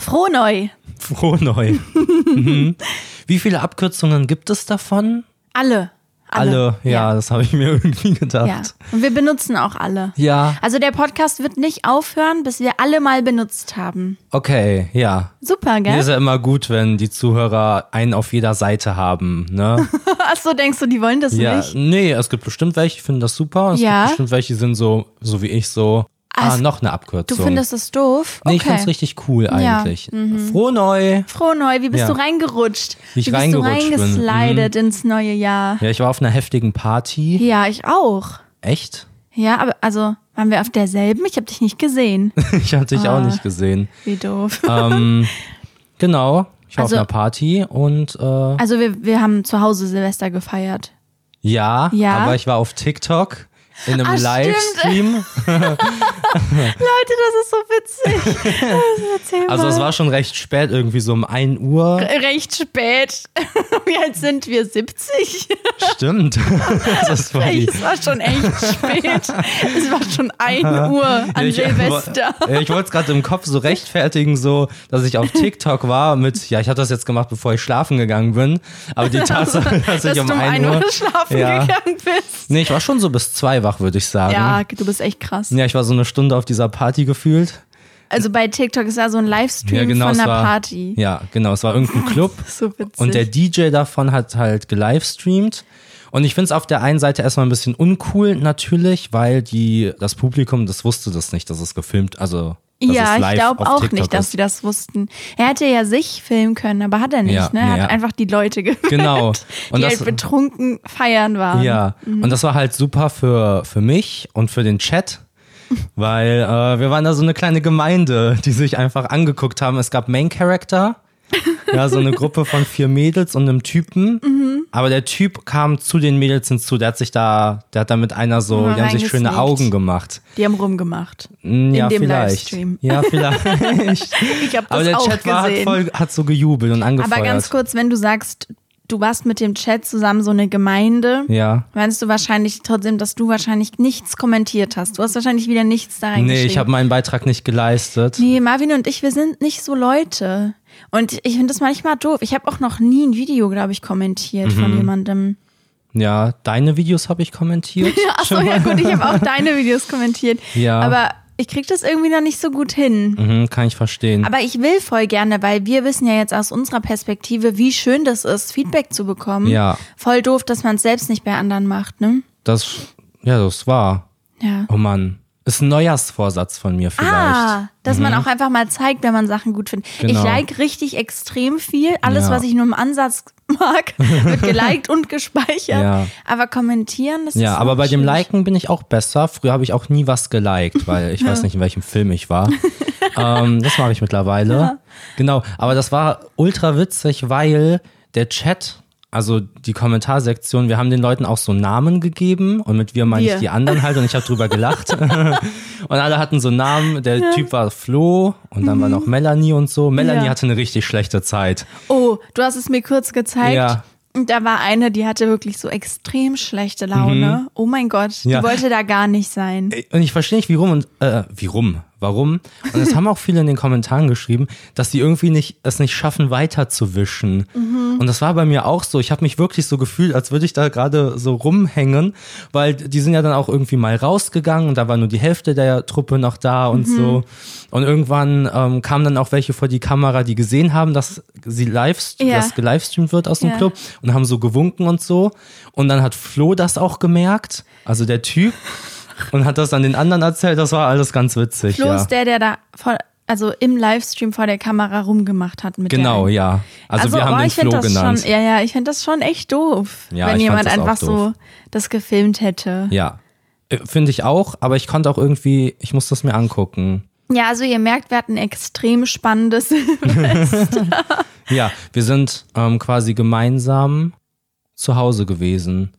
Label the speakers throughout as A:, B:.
A: Frohneu.
B: Frohneu. mhm. Wie viele Abkürzungen gibt es davon?
A: Alle.
B: Alle, ja, das habe ich mir irgendwie gedacht.
A: Ja. Und wir benutzen auch alle.
B: Ja.
A: Also der Podcast wird nicht aufhören, bis wir alle mal benutzt haben.
B: Okay, ja.
A: Super,
B: Mir
A: gell?
B: ist ja immer gut, wenn die Zuhörer einen auf jeder Seite haben, ne?
A: Achso, denkst du, die wollen das
B: ja,
A: nicht?
B: nee, es gibt bestimmt welche, die finden das super. Es
A: Ja.
B: gibt bestimmt welche, die sind so, so wie ich, so, ah,
A: es-
B: noch eine
A: Du
B: Abkürzung.
A: findest das doof?
B: Nee,
A: okay.
B: ich find's richtig cool
A: Ja, Mhm.
B: eigentlich. Frohneu!
A: Frohneu, wie bist
B: Ja.
A: du reingerutscht?
B: Wie ich
A: wie bist
B: reingerutscht
A: du
B: bin. Mhm.
A: reingeslidet ins neue Jahr?
B: Ja, ich war auf einer heftigen Party.
A: Ja, ich auch.
B: Echt?
A: Ja, aber also waren wir auf derselben? Ich habe dich nicht gesehen.
B: Ich hatte dich auch
A: Ah.
B: nicht gesehen.
A: Wie doof.
B: Ähm, genau, ich war
A: Also-
B: auf einer Party und äh,
A: Also wir, wir haben zu Hause Silvester gefeiert.
B: ja,
A: Ja.
B: aber ich war auf TikTok in einem
A: Ah, stimmt.
B: Livestream.
A: Leute, das ist so witzig. Das erzähl
B: Also
A: mal.
B: es war schon recht spät, irgendwie so um 1 Uhr.
A: recht spät. Wie alt sind wir? 70?
B: Stimmt. das war die.
A: Es war schon echt spät. Es war schon 1 Uhr an
B: Ich,
A: Silvester.
B: äh, ich wollte es gerade im Kopf so rechtfertigen, so, dass ich auf TikTok war mit, ja, ich hatte das jetzt gemacht, bevor ich schlafen gegangen bin. Aber die Tatsache, dass
A: Dass
B: ich um
A: du um 1
B: 1 Uhr.
A: Uhr schlafen
B: Ja.
A: gegangen bist.
B: Nee, ich war schon so bis 2 wach, würde ich sagen.
A: Ja, du bist echt krass.
B: Ja, ich war so eine Stunde auf dieser Party gefühlt.
A: Also bei TikTok ist ja so ein Livestream
B: Ja, genau.
A: von
B: es
A: einer
B: war,
A: Party.
B: Ja, genau. Es war irgendein Club.
A: So witzig.
B: Und der DJ davon hat halt gelivestreamt. Und ich finde es auf der einen Seite erstmal ein bisschen uncool, natürlich, weil die, das Publikum, das wusste das nicht, dass es gefilmt, also dass
A: ja,
B: es
A: ich
B: live
A: glaube
B: auf
A: auch
B: TikTok
A: nicht, dass
B: ist.
A: sie das wussten. Er hätte ja sich filmen können, aber hat er nicht.
B: Ja,
A: ne? Er
B: ja.
A: hat einfach die Leute gewählt,
B: Genau. Und
A: die
B: das-
A: halt betrunken feiern waren.
B: Ja,
A: Mhm.
B: und das war halt super für, für mich und für den Chat, weil äh, wir waren da so eine kleine Gemeinde, die sich einfach angeguckt haben. Es gab Main Character, ja, so eine Gruppe von vier Mädels und einem Typen.
A: Mhm.
B: Aber der Typ kam zu den Mädels hinzu, der hat sich da, der hat da mit einer so,
A: Mal
B: die haben sich schöne
A: reingesneakt.
B: Augen gemacht.
A: Die haben rumgemacht.
B: Mm, ja,
A: dem
B: vielleicht.
A: Livestream.
B: Ja, vielleicht.
A: Ich habe das
B: Aber der
A: auch
B: Chat
A: gesehen.
B: war, hat, voll, hat so gejubelt und angefeuert.
A: Aber ganz kurz, wenn du sagst, du warst mit dem Chat zusammen so eine Gemeinde,
B: Ja.
A: meinst du wahrscheinlich trotzdem, dass du wahrscheinlich nichts kommentiert hast? Du hast wahrscheinlich wieder nichts da reingeschrieben.
B: Nee, ich habe meinen Beitrag nicht geleistet.
A: Nee, Marvin und ich, wir sind nicht so Leute. Und ich finde das manchmal doof. Ich habe auch noch nie ein Video, glaube ich, kommentiert
B: Mhm.
A: von jemandem.
B: Ja, deine Videos habe ich kommentiert.
A: Achso, ja gut, ich habe auch deine Videos kommentiert.
B: Ja.
A: Aber ich krieg das irgendwie noch nicht so gut hin.
B: Mhm, kann ich verstehen.
A: Aber ich will voll gerne, weil wir wissen ja jetzt aus unserer Perspektive, wie schön das ist, Feedback zu bekommen.
B: Ja.
A: Voll doof, dass man es selbst nicht bei anderen macht, ne?
B: das, ja, das war.
A: Ja.
B: Oh Mann. Ist ein Neujahrsvorsatz von mir vielleicht. Mhm.
A: Ah, dass man auch einfach mal zeigt, wenn man Sachen gut findet.
B: Genau.
A: Ich like richtig extrem viel. Alles,
B: Ja.
A: was ich nur im Ansatz mag, wird geliked und gespeichert.
B: Ja.
A: Aber kommentieren, das ist.
B: ja, aber
A: noch
B: bei dem
A: schwierig.
B: Liken bin ich auch besser. Früher habe ich auch nie was geliked, weil ich weiß nicht, in welchem Film ich war. ähm, das mache ich mittlerweile. Genau, aber das war ultra witzig, weil der Chat, also die Kommentarsektion, wir haben den Leuten auch so Namen gegeben und mit wir meine ich
A: Wir.
B: die anderen halt und ich habe drüber gelacht. und alle hatten so Namen. Der Typ war Flo und dann war noch Melanie und so. Melanie
A: Mhm. Ja.
B: hatte eine richtig schlechte Zeit.
A: Oh, du hast es mir kurz gezeigt.
B: Ja.
A: Und da war eine, die hatte wirklich so extrem schlechte Laune. Oh mein Gott,
B: Mhm. Ja.
A: die wollte da gar nicht sein.
B: und ich verstehe nicht, wie rum und äh, wie rum, warum. Und es haben auch viele in den Kommentaren geschrieben, dass die irgendwie nicht es nicht schaffen, weiterzuwischen.
A: Mhm.
B: Und das war bei mir auch so. Ich habe mich wirklich so gefühlt, als würde ich da gerade so rumhängen, weil die sind ja dann auch irgendwie mal rausgegangen und da war nur die Hälfte der Truppe noch da und
A: Mhm.
B: so. Und irgendwann ähm, kamen dann auch welche vor die Kamera, die gesehen haben, dass sie live,
A: Ja.
B: dass gelivestreamt wird aus dem
A: Ja.
B: Club und haben so gewunken und so. Und dann hat Flo das auch gemerkt, also der Typ, und hat das an den anderen erzählt. Das war alles ganz witzig.
A: Flo
B: ja.
A: ist der, der da vor, also im Livestream vor der Kamera rumgemacht hat mit der
B: genau,
A: einen.
B: ja. Also, wir haben
A: oh,
B: den
A: ich find
B: Flo
A: das
B: genannt.
A: Schon, ja, ja, ich finde das schon echt doof,
B: Ja,
A: wenn
B: ich fand
A: jemand
B: das auch
A: einfach so
B: doof.
A: das gefilmt hätte.
B: ja. Äh, Finde ich auch, aber ich konnte auch irgendwie, ich muss das mir angucken.
A: Ja, also ihr merkt, wir hatten extrem spannendes.
B: Ja, wir sind ähm, quasi gemeinsam zu Hause gewesen.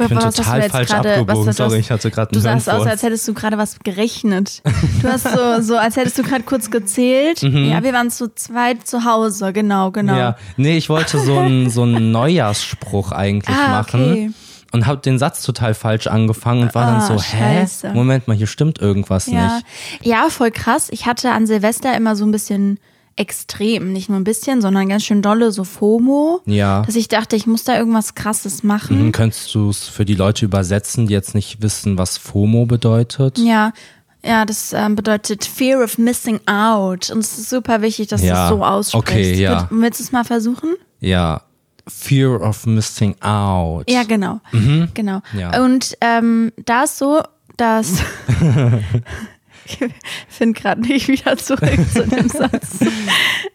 B: Ich bin
A: Was hast du
B: total
A: jetzt
B: falsch
A: gerade-
B: abgebogen.
A: was- was-
B: Sorry, ich hatte gerade
A: Du
B: einen
A: sahst aus,
B: Hirnfurz.
A: als hättest du gerade was gerechnet. Du hast so, so als hättest du gerade kurz gezählt. Ja, wir waren zu zweit zu Hause, genau, genau.
B: Mhm. Ja, nee, ich wollte so einen so einen Neujahrsspruch eigentlich
A: Ah,
B: machen
A: okay.
B: und habe den Satz total falsch angefangen und war dann
A: Ah,
B: so, hä?
A: scheiße.
B: Moment mal, hier stimmt irgendwas
A: ja.
B: nicht.
A: ja, voll krass. Ich hatte an Silvester immer so ein bisschen extrem, nicht nur ein bisschen, sondern ganz schön dolle, so FOMO,
B: Ja.
A: dass ich dachte, ich muss da irgendwas Krasses machen.
B: Mhm, Könntest du es für die Leute übersetzen, die jetzt nicht wissen, was FOMO bedeutet?
A: Ja, ja, das ähm, bedeutet Fear of Missing Out. Und es ist super wichtig, dass
B: Ja,
A: du es so aussprichst.
B: okay, ja.
A: Will- Willst du es mal versuchen?
B: Ja. Fear of missing out.
A: Ja, genau. genau.
B: Mhm. Ja.
A: Und ähm, da ist so, dass. ich finde gerade nicht wieder zurück zu dem Satz.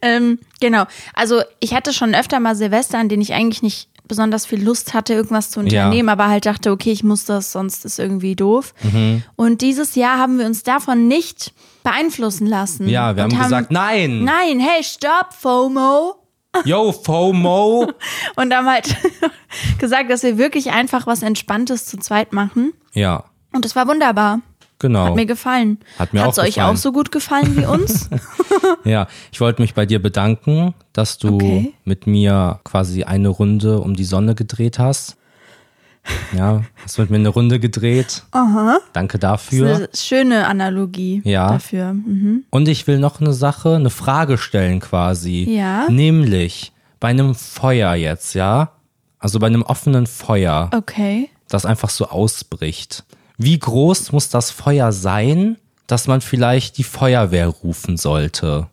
A: ähm, genau. Also, ich hatte schon öfter mal Silvester, an denen ich eigentlich nicht besonders viel Lust hatte, irgendwas zu
B: Ja.
A: unternehmen, aber halt dachte, okay, ich muss das, sonst ist irgendwie doof.
B: Mhm.
A: Und dieses Jahr haben wir uns davon nicht beeinflussen lassen.
B: Ja, wir
A: Und
B: haben gesagt, nein,
A: Nein, hey, stopp, FOMO.
B: yo, FOMO.
A: Und haben halt gesagt, dass wir wirklich einfach was Entspanntes zu zweit machen.
B: ja,
A: Und das war wunderbar.
B: genau.
A: Hat mir gefallen.
B: Hat mir
A: Hat's
B: auch
A: euch
B: gefallen.
A: auch so gut gefallen wie uns?
B: Ja, ich wollte mich bei dir bedanken, dass du
A: Okay.
B: mit mir quasi eine Runde um die Sonne gedreht hast. Ja, hast mit mir eine Runde gedreht. Danke dafür.
A: Eine schöne Analogie
B: Ja.
A: dafür. Mhm.
B: Und ich will noch eine Sache, eine Frage stellen quasi.
A: Ja.
B: Nämlich bei einem Feuer jetzt, ja? Also bei einem offenen Feuer,
A: Okay.
B: das einfach so ausbricht. Wie groß muss das Feuer sein, dass man vielleicht die Feuerwehr rufen sollte?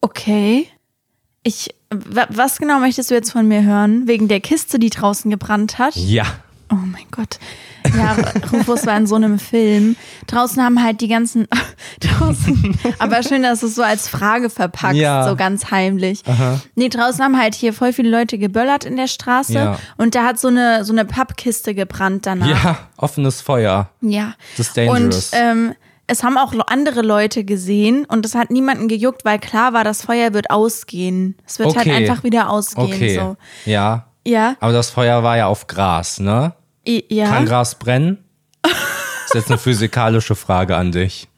A: Okay. Ich, wa- was genau möchtest du jetzt von mir hören? Wegen der Kiste, die draußen gebrannt hat?
B: Ja.
A: Oh mein Gott. Ja, Rufus war in so einem Film. Draußen haben halt die ganzen. draußen. Aber schön, dass du es so als Frage verpackst,
B: Ja.
A: so ganz heimlich. Nee, draußen haben halt hier voll viele Leute geböllert in der Straße.
B: Ja.
A: Und da hat so eine, so eine Pappkiste gebrannt danach.
B: Ja, offenes Feuer.
A: Ja.
B: Das ist dangerous.
A: Und ähm, es haben auch lo- andere Leute gesehen und es hat niemanden gejuckt, weil klar war, das Feuer wird ausgehen. Es wird halt
B: Okay.
A: einfach wieder ausgehen.
B: Okay.
A: So.
B: Ja.
A: Ja.
B: Aber das Feuer war ja auf Gras, ne?
A: I ja.
B: Kann Gras brennen? ist jetzt eine physikalische Frage an dich.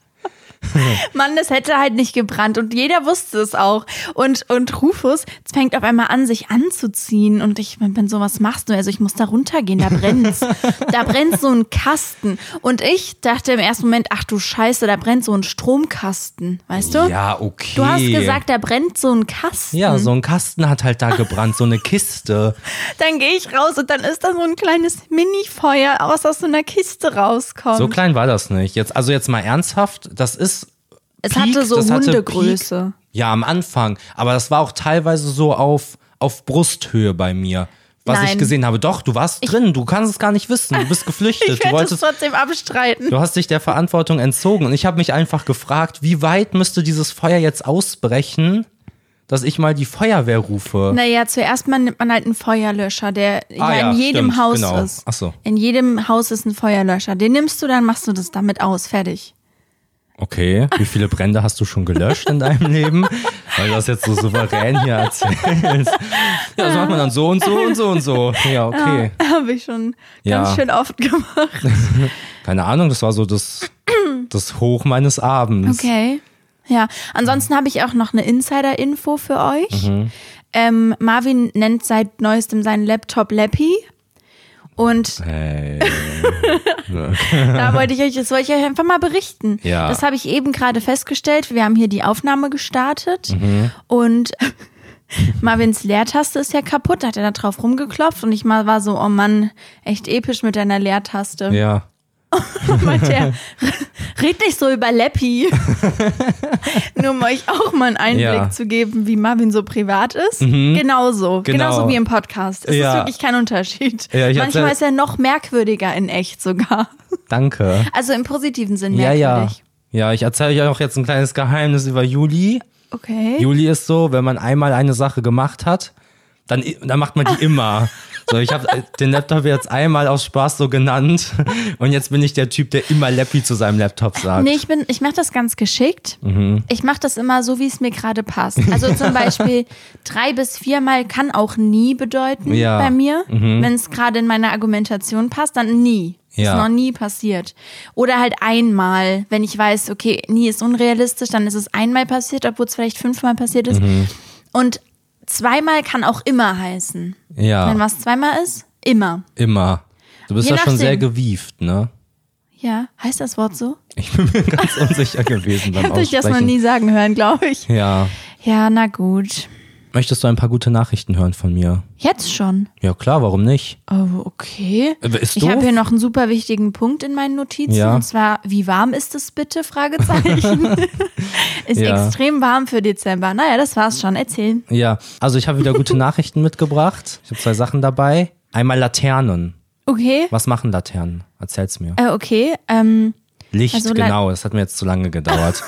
A: Mann, das hätte halt nicht gebrannt und jeder wusste es auch. Und, und Rufus fängt auf einmal an, sich anzuziehen und ich bin so, was machst du? Also ich muss da runtergehen, da brennt's. da brennt so ein Kasten. Und ich dachte im ersten Moment, ach du Scheiße, da brennt so ein Stromkasten, weißt du?
B: Ja, okay.
A: Du hast gesagt, da brennt so ein Kasten.
B: Ja, so ein Kasten hat halt da gebrannt, so eine Kiste.
A: Dann gehe ich raus und dann ist da so ein kleines Mini-Feuer, was aus so einer Kiste rauskommt.
B: So klein war das nicht. Jetzt, also jetzt mal ernsthaft, das ist.
A: es
B: Peak,
A: hatte so
B: das hatte
A: Hundegröße.
B: Peak. Ja, am Anfang. Aber das war auch teilweise so auf, auf Brusthöhe bei mir. Was ich
A: Nein.
B: gesehen habe. Doch, du warst drin. Du kannst es gar nicht wissen. Du bist geflüchtet.
A: Ich
B: du
A: werde es
B: wolltest
A: trotzdem abstreiten.
B: Du hast dich der Verantwortung entzogen und ich habe mich einfach gefragt, wie weit müsste dieses Feuer jetzt ausbrechen, dass ich mal die Feuerwehr rufe?
A: Naja, zuerst mal nimmt man halt einen Feuerlöscher, der
B: Ah
A: ja,
B: ja,
A: in jedem
B: stimmt,
A: Haus
B: genau.
A: ist.
B: Ach so.
A: In jedem Haus ist ein Feuerlöscher. Den nimmst du, dann machst du das damit aus. Fertig.
B: Okay, wie viele Brände hast du schon gelöscht in deinem Leben? Weil du das jetzt so souverän hier erzählst. Ja, das macht man dann so und so und so und so. Ja, okay.
A: Habe ich schon
B: Ja.
A: ganz schön oft gemacht.
B: Keine Ahnung, das war so das, das Hoch meines Abends.
A: Okay. Ja, ansonsten habe ich auch noch eine Insider-Info für euch.
B: Mhm.
A: Ähm, Marvin nennt seit neuestem seinen Laptop Lappy. Und
B: Hey.
A: da wollte ich euch, das wollte ich euch einfach mal berichten.
B: Ja.
A: Das habe ich eben gerade festgestellt. Wir haben hier die Aufnahme gestartet
B: Mhm.
A: und Marvins Leertaste ist ja kaputt. Da hat er da drauf rumgeklopft und ich mal war so, oh Mann, echt episch mit deiner Leertaste.
B: Ja.
A: Meinte er, red nicht so über Leppi. Nur um euch auch mal einen Einblick
B: Ja.
A: zu geben, wie Marvin so privat ist. Genauso.
B: Genau.
A: Genauso wie im Podcast. Es
B: Ja.
A: ist wirklich kein Unterschied.
B: Ja, ich
A: Manchmal
B: erzähl-
A: ist er noch merkwürdiger in echt sogar.
B: Danke.
A: Also im positiven Sinn
B: Ja,
A: merkwürdig.
B: ja. Ja, ich erzähle euch auch jetzt ein kleines Geheimnis über Juli.
A: Okay.
B: Juli ist so, wenn man einmal eine Sache gemacht hat, dann, i- dann macht man die immer. So, ich habe den Laptop jetzt einmal aus Spaß so genannt und jetzt bin ich der Typ, der immer Lappy zu seinem Laptop sagt.
A: Nee, ich bin, ich mache das ganz geschickt.
B: Mhm.
A: Ich mache das immer so, wie es mir gerade passt. Also zum Beispiel drei bis viermal kann auch nie bedeuten
B: Ja. Mhm.
A: bei mir. Wenn es gerade in meiner Argumentation passt, dann nie.
B: Ja.
A: Ist noch nie passiert. Oder halt einmal, wenn ich weiß, okay, nie ist unrealistisch, dann ist es einmal passiert, obwohl es vielleicht fünfmal passiert ist.
B: Mhm.
A: Und zweimal kann auch immer heißen. Wenn
B: Ja,
A: was zweimal ist, immer.
B: immer. Du bist
A: Je
B: ja schon
A: nachdem.
B: sehr gewieft, ne?
A: Ja, heißt das Wort so?
B: Ich bin mir ganz unsicher gewesen beim
A: Habe ich das noch
B: Aussprechen.
A: nie sagen hören, glaube ich.
B: Ja.
A: Ja, na gut.
B: Möchtest du ein paar gute Nachrichten hören von mir?
A: Jetzt schon.
B: Ja, klar, warum nicht?
A: Oh, okay.
B: Äh, Ist
A: Ich habe
B: doof?
A: hier noch einen super wichtigen Punkt in meinen Notizen.
B: Ja.
A: Und zwar, wie warm ist es bitte? Fragezeichen. ist
B: Ja.
A: extrem warm für Dezember. Naja, das war's schon. Erzählen.
B: Ja, also ich habe wieder gute Nachrichten mitgebracht. Ich habe zwei Sachen dabei. Einmal Laternen.
A: Okay.
B: Was machen Laternen? Erzähl's mir.
A: Äh, okay. Ähm,
B: Licht,
A: also La-
B: genau. Das hat mir jetzt zu lange gedauert.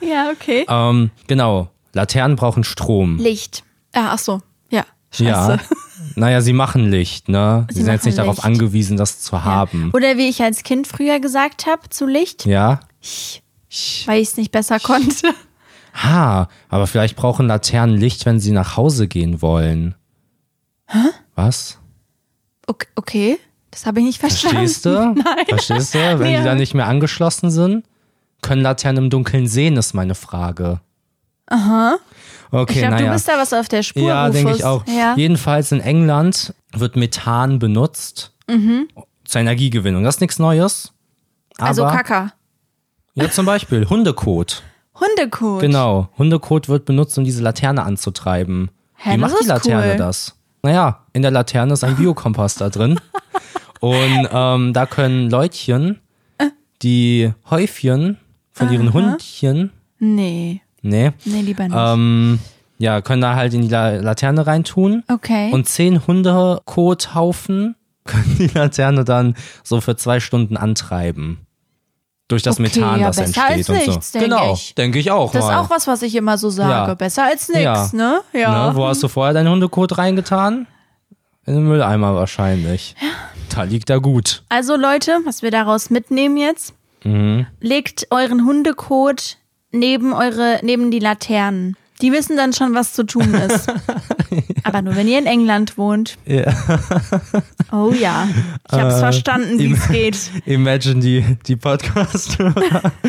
A: ja, okay.
B: ähm, genau. Laternen brauchen Strom.
A: Licht. Ah, ach so. Ja. Scheiße.
B: ja. Naja, sie machen Licht, ne? Sie,
A: Sie
B: sind jetzt
A: machen
B: nicht darauf
A: Licht.
B: angewiesen, das zu haben.
A: Oder wie ich als Kind früher gesagt habe, zu Licht,
B: Ja?
A: weil ich es nicht besser konnte.
B: Ha, aber vielleicht brauchen Laternen Licht, wenn sie nach Hause gehen wollen. Hä? Was?
A: Okay, okay. das habe ich nicht verstanden.
B: Verstehst du?
A: Nein.
B: Verstehst du? Wenn
A: Nee.
B: die dann nicht mehr angeschlossen sind, können Laternen im Dunkeln sehen, ist meine Frage. Aha. Okay,
A: Ich glaube,
B: naja.
A: du bist da was auf der Spur.
B: ja,
A: Rufus.
B: denke ich auch.
A: Ja.
B: Jedenfalls in England wird Methan benutzt zur Energiegewinnung. Das ist nichts Neues. Aber,
A: Mhm. Also Kaka.
B: Ja, zum Beispiel Hundekot.
A: Hundekot.
B: Genau. Hundekot wird benutzt, um diese Laterne anzutreiben.
A: Hä, das
B: Wie macht die
A: ist
B: Laterne
A: cool.
B: das? Naja, in der Laterne ist ein Biokompass da drin. Und ähm, da können Leutchen,
A: Äh.
B: die Häufchen von ihren Hundchen,
A: Nee,
B: nee,
A: nee, lieber nicht.
B: ähm, ja, können da halt in die La Laterne reintun.
A: okay.
B: Und zehn Hundekothaufen können die Laterne dann so für zwei Stunden antreiben. Durch das
A: Okay,
B: Methan,
A: ja,
B: das
A: besser
B: entsteht
A: als
B: und
A: nichts,
B: so.
A: denk
B: genau,
A: ich.
B: denke ich auch
A: das ist
B: mal.
A: auch was, was ich immer so sage.
B: Ja.
A: Besser als nix,
B: Ja.
A: ne? Ja.
B: Ne? Wo hast du vorher deinen Hundekot reingetan? In den Mülleimer wahrscheinlich. Da liegt er gut.
A: Also Leute, was wir daraus mitnehmen jetzt,
B: Mhm.
A: legt euren Hundekot neben eure, neben die Laternen. Die wissen dann schon, was zu tun ist. Aber nur, wenn ihr in England wohnt. Oh ja. Ich
B: Äh,
A: hab's verstanden, wie es geht.
B: Imagine die, die Podcast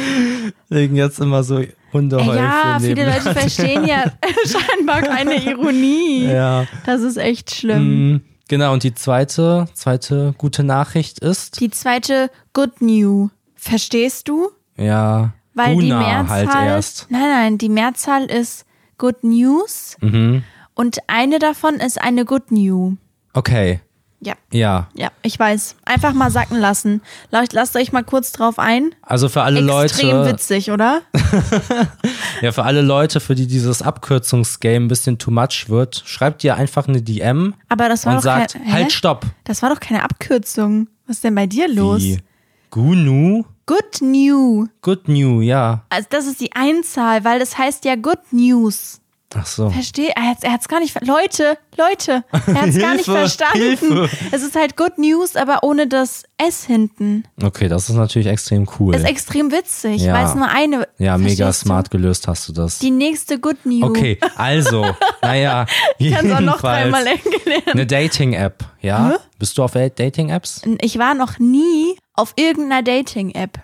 B: legen jetzt immer so Hundehäufchen
A: Ja,
B: neben.
A: viele Leute verstehen ja scheinbar keine Ironie.
B: Ja.
A: Das ist echt schlimm.
B: Mm, Genau, und die zweite, zweite gute Nachricht ist,
A: Die zweite Good New. Verstehst du?
B: ja,
A: Weil
B: Guna
A: die Mehrzahl.
B: halt erst.
A: Nein, nein, die Mehrzahl ist Good News.
B: Mhm.
A: Und eine davon ist eine Good New.
B: Okay,
A: Ja.
B: ja.
A: Ja, ich weiß. Einfach mal sacken lassen. Lasst, lasst euch mal kurz drauf ein.
B: Also für alle
A: Extrem
B: Leute,
A: witzig, oder?
B: Ja, für alle Leute, für die dieses Abkürzungsgame ein bisschen too much wird, schreibt ihr einfach eine DM
A: Aber das war
B: und
A: doch
B: sagt,
A: kein, hä?
B: halt, stopp.
A: Das war doch keine Abkürzung. Was ist denn bei dir los?
B: Die Gunu,
A: Good New.
B: Good New, ja.
A: Also das ist die Einzahl, weil das heißt ja Good News.
B: Ach so.
A: Verstehe, er hat es gar nicht, ver Leute, Leute, er hat es gar nicht
B: Hilfe,
A: verstanden.
B: Hilfe.
A: Es ist halt Good News, aber ohne das S hinten.
B: Okay, das ist natürlich extrem cool.
A: Ist extrem witzig,
B: Ja.
A: weil es nur eine.
B: ja, mega
A: Verstehst du?
B: smart gelöst hast du das.
A: ne? Die nächste Good News.
B: okay, also, naja,
A: Kannst auch noch dreimal
B: jedenfalls
A: erklären.
B: eine Dating-App, ja? Bist du auf Dating-Apps?
A: Ich war noch nie auf irgendeiner Dating-App.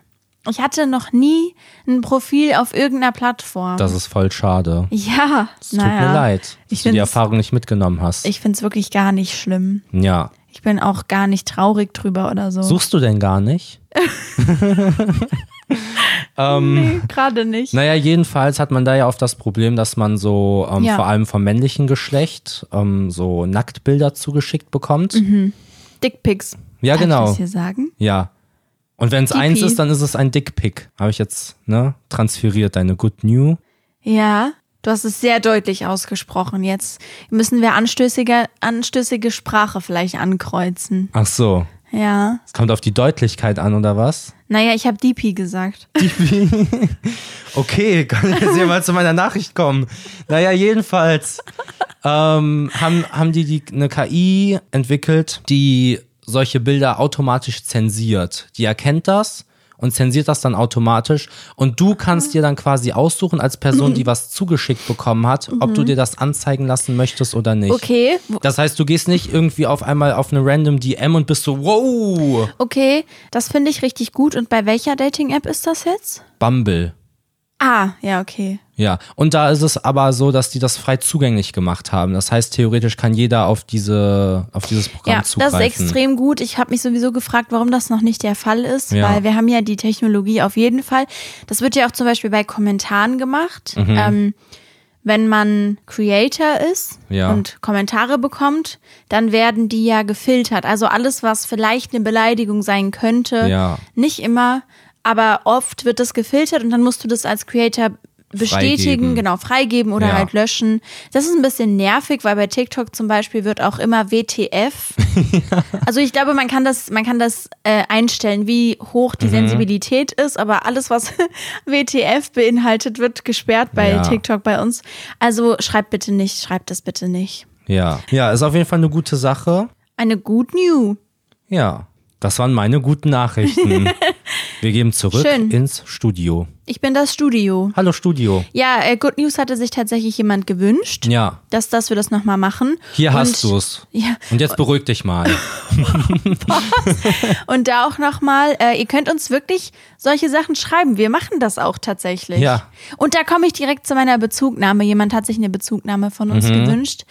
A: Ich hatte noch nie ein Profil auf irgendeiner Plattform.
B: Das ist voll schade.
A: ja,
B: Es tut
A: naja.
B: mir leid, dass
A: Ich
B: du die
A: find's-
B: Erfahrung nicht mitgenommen hast.
A: Ich finde es wirklich gar nicht schlimm.
B: ja.
A: Ich bin auch gar nicht traurig drüber oder so.
B: Suchst du denn gar nicht?
A: nee, gerade nicht.
B: Naja, jedenfalls hat man da ja oft das Problem, dass man so ähm,
A: Ja.
B: vor allem vom männlichen Geschlecht ähm, so Nacktbilder zugeschickt bekommt.
A: Dickpics.
B: Ja,
A: Darf
B: genau.
A: Ich das hier sagen?
B: Ja. Und wenn es
A: Dickpic.
B: eins ist, dann ist es ein Dickpick. Habe ich jetzt ne transferiert deine Good New.
A: Ja, du hast es sehr deutlich ausgesprochen. Jetzt müssen wir anstößige, anstößige Sprache vielleicht ankreuzen.
B: Ach so,
A: Ja.
B: es kommt auf die Deutlichkeit an oder was?
A: Naja, ich habe DP gesagt.
B: Okay, kann jetzt hier mal zu meiner Nachricht kommen. Naja, jedenfalls ähm, haben, haben die, die eine KI entwickelt, die solche Bilder automatisch zensiert. Die erkennt das und zensiert das dann automatisch. Und du kannst dir dann quasi aussuchen als Person, die was zugeschickt bekommen hat, ob du dir das anzeigen lassen möchtest oder nicht.
A: Okay, wo-
B: Das heißt, du gehst nicht irgendwie auf einmal auf eine random DM und bist so, wow,
A: okay, das finde ich richtig gut. Und bei welcher Dating-App ist das jetzt?
B: Bumble.
A: Ah, ja, okay.
B: Ja, und da ist es aber so, dass die das frei zugänglich gemacht haben. Das heißt, theoretisch kann jeder auf diese auf dieses Programm
A: Ja,
B: zugreifen.
A: das ist extrem gut. Ich habe mich sowieso gefragt, warum das noch nicht der Fall ist,
B: Ja.
A: weil wir haben ja die Technologie auf jeden Fall. Das wird ja auch zum Beispiel bei Kommentaren gemacht.
B: Mhm.
A: Ähm, wenn man Creator ist
B: Ja.
A: und Kommentare bekommt, dann werden die ja gefiltert. Also alles, was vielleicht eine Beleidigung sein könnte,
B: Ja.
A: nicht immer, aber oft wird das gefiltert und dann musst du das als Creator bestätigen,
B: Freigeben.
A: genau, freigeben oder
B: Ja.
A: halt löschen. Das ist ein bisschen nervig, weil bei TikTok zum Beispiel wird auch immer WTF. Also ich glaube, man kann das, man kann das äh, einstellen, wie hoch
B: Mhm.
A: die Sensibilität ist, aber alles, was WTF beinhaltet, wird gesperrt bei
B: Ja.
A: TikTok bei uns. Also schreibt bitte nicht, schreibt das bitte nicht.
B: Ja. Ja, ist auf jeden Fall eine gute Sache.
A: Eine Good New.
B: Ja. Das waren meine guten Nachrichten. Wir gehen zurück
A: Schön.
B: ins Studio.
A: Ich bin das Studio.
B: Hallo Studio.
A: Ja, äh, Good News hatte sich tatsächlich jemand gewünscht.
B: Ja,
A: dass, dass wir das nochmal machen.
B: hier
A: und,
B: hast du's.
A: Ja,
B: Und jetzt beruhig dich mal.
A: und da auch nochmal, äh, ihr könnt uns wirklich solche Sachen schreiben. Wir machen das auch tatsächlich.
B: Ja.
A: Und da komme ich direkt zu meiner Bezugnahme. Jemand hat sich eine Bezugnahme von uns
B: Mhm.
A: gewünscht.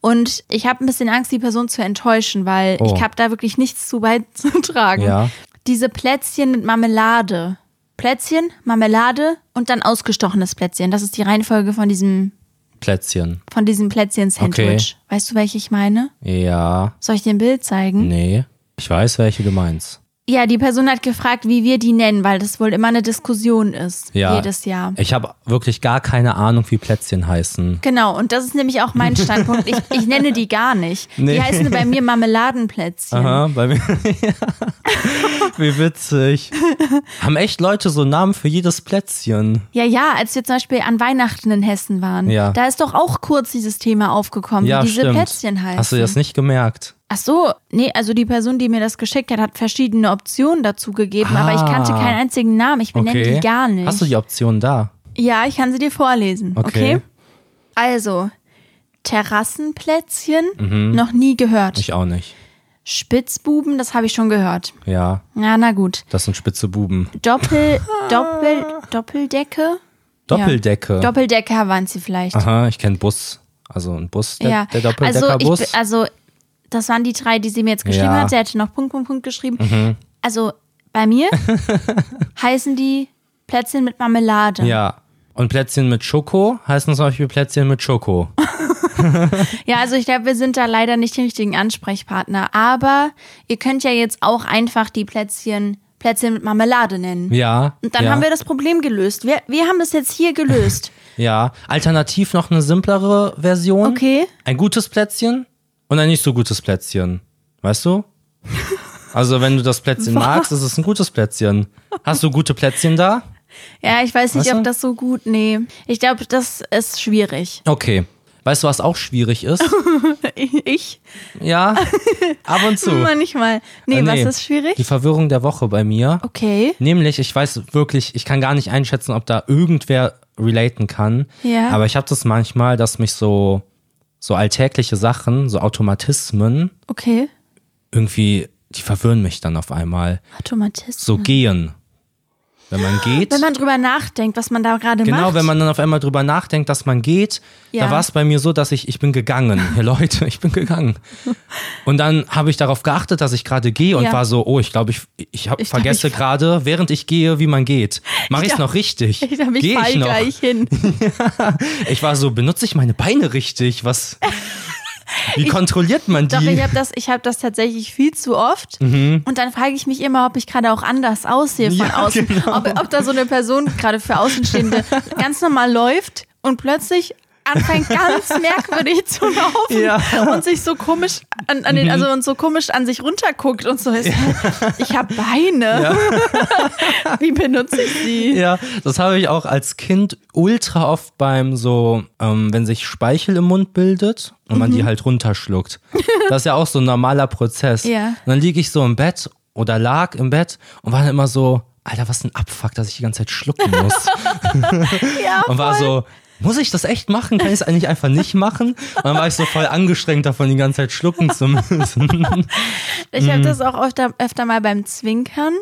A: Und ich habe ein bisschen Angst, die Person zu enttäuschen, weil
B: Oh.
A: ich habe da wirklich nichts zu beizutragen.
B: Ja.
A: Diese Plätzchen mit Marmelade. Plätzchen, Marmelade und dann ausgestochenes Plätzchen. Das ist die Reihenfolge von diesem,
B: Plätzchen.
A: von diesem Plätzchen-Sandwich. Weißt du, welche ich meine?
B: Ja.
A: Soll ich dir ein Bild zeigen?
B: Nee. Ich weiß, welche du meinst.
A: Ja, die Person hat gefragt, wie wir die nennen, weil das wohl immer eine Diskussion ist.
B: Ja.
A: Jedes Jahr.
B: Ich habe wirklich gar keine Ahnung, wie Plätzchen heißen.
A: Genau, und das ist nämlich auch mein Standpunkt. Ich, ich nenne die gar nicht.
B: Nee.
A: Die heißen bei mir Marmeladenplätzchen.
B: Aha, bei mir. Wie witzig. Haben echt Leute so Namen für jedes Plätzchen.
A: Ja, ja, als wir zum Beispiel an Weihnachten in Hessen waren,
B: Ja.
A: da ist doch auch kurz dieses Thema aufgekommen,
B: Ja,
A: wie diese
B: stimmt.
A: Plätzchen heißen.
B: Hast du das nicht gemerkt?
A: Ach so, nee, also die Person, die mir das geschickt hat, hat verschiedene Optionen dazu gegeben, aber ich kannte
B: Ah.
A: keinen einzigen Namen. Ich benenne die gar nicht.
B: Hast du die Option da?
A: Ja, ich kann sie dir vorlesen.
B: Okay.
A: Okay. Also, Terrassenplätzchen,
B: Mhm.
A: noch nie gehört.
B: Ich auch nicht.
A: Spitzbuben, das habe ich schon gehört.
B: Ja,
A: Ja, na gut.
B: das sind spitze Buben.
A: Doppel, Doppel, Doppeldecke?
B: Doppeldecke.
A: Ja. Doppeldecker waren sie vielleicht.
B: Aha, ich kenne Bus. Also ein Bus, der,
A: ja,
B: der
A: also, ich,
B: Doppeldeckerbus.
A: bin- also, das waren die drei, die sie mir jetzt geschrieben
B: Ja. Mhm.
A: hat. Sie hätte noch Punkt, Punkt, Punkt geschrieben. Also, bei mir heißen die Plätzchen mit Marmelade.
B: ja. Und Plätzchen mit Schoko heißen zum Beispiel Plätzchen mit Schoko.
A: Ja, also ich glaube, wir sind da leider nicht die richtigen Ansprechpartner. Aber ihr könnt ja jetzt auch einfach die Plätzchen, Plätzchen mit Marmelade nennen.
B: Ja.
A: Und dann
B: ja,
A: haben wir das Problem gelöst. Wir, wir haben das jetzt hier gelöst.
B: Ja. Alternativ noch eine simplere Version.
A: Okay.
B: Ein gutes Plätzchen und ein nicht so gutes Plätzchen. Weißt du? Also, wenn du das Plätzchen magst, ist es ein gutes Plätzchen. Hast du gute Plätzchen da?
A: Ja, ich weiß nicht,
B: Weißt du?
A: ob das so gut, nee. Ich glaube, das ist schwierig.
B: Okay. Weißt du, was auch schwierig ist?
A: Ich?
B: Ja, ab und zu.
A: Manchmal. Nee,
B: Äh,
A: was ist
B: Die
A: schwierig?
B: Verwirrung der Woche bei mir.
A: Okay.
B: Nämlich, ich weiß wirklich, ich kann gar nicht einschätzen, ob da irgendwer relaten kann.
A: Ja.
B: Aber ich habe das manchmal, dass mich so, so alltägliche Sachen, so Automatismen,
A: Okay.
B: irgendwie, die verwirren mich dann auf einmal.
A: Automatismus.
B: So gehen. Wenn man geht.
A: Hm. Wenn man drüber nachdenkt, was man da gerade macht.
B: Genau, wenn man dann auf einmal drüber nachdenkt, dass man geht,
A: Ja.
B: da war es bei mir so, dass ich, ich bin gegangen. Ja, Leute, ich bin gegangen. Und dann habe ich darauf geachtet, dass ich gerade gehe und
A: Ja.
B: war so, oh, ich glaube, ich, ich, hab,
A: Ich glaub,
B: vergesse
A: ich-
B: gerade, während ich gehe, wie man geht. Mache ich es
A: glaub-
B: noch richtig?
A: Ich glaube, ich
B: Geh
A: fall
B: noch?
A: gleich hin.
B: Ich war so, benutze ich meine Beine richtig? Was? Wie kontrolliert man die? Mhm.
A: Doch, ich habe das, ich hab das tatsächlich viel zu oft. Und dann frage ich mich immer, ob ich gerade auch anders aussehe von
B: Ja, genau.
A: außen. Ob, ob da so eine Person gerade für Außenstehende ganz normal läuft und plötzlich anfängt ganz merkwürdig zu laufen
B: Ja. Mhm.
A: und sich so komisch an, an den, also und so komisch an sich runterguckt und so ist, ich habe Beine. Wie benutze ich sie?
B: Ja, das habe ich auch als Kind ultra oft beim so, ähm, wenn sich Speichel im Mund bildet und man die
A: Mhm.
B: halt runterschluckt. Das ist ja auch so ein normaler Prozess.
A: Ja.
B: Und dann liege ich so im Bett oder lag im Bett und war dann immer so, Alter, was ein Abfuck, dass ich die ganze Zeit schlucken muss.
A: Ja,
B: und war so, muss ich das echt machen? Kann ich es eigentlich einfach nicht machen? Und dann war ich so voll angestrengt davon, die ganze Zeit schlucken zu müssen. Mhm.
A: Ich habe das auch öfter, öfter mal beim Zwinkern,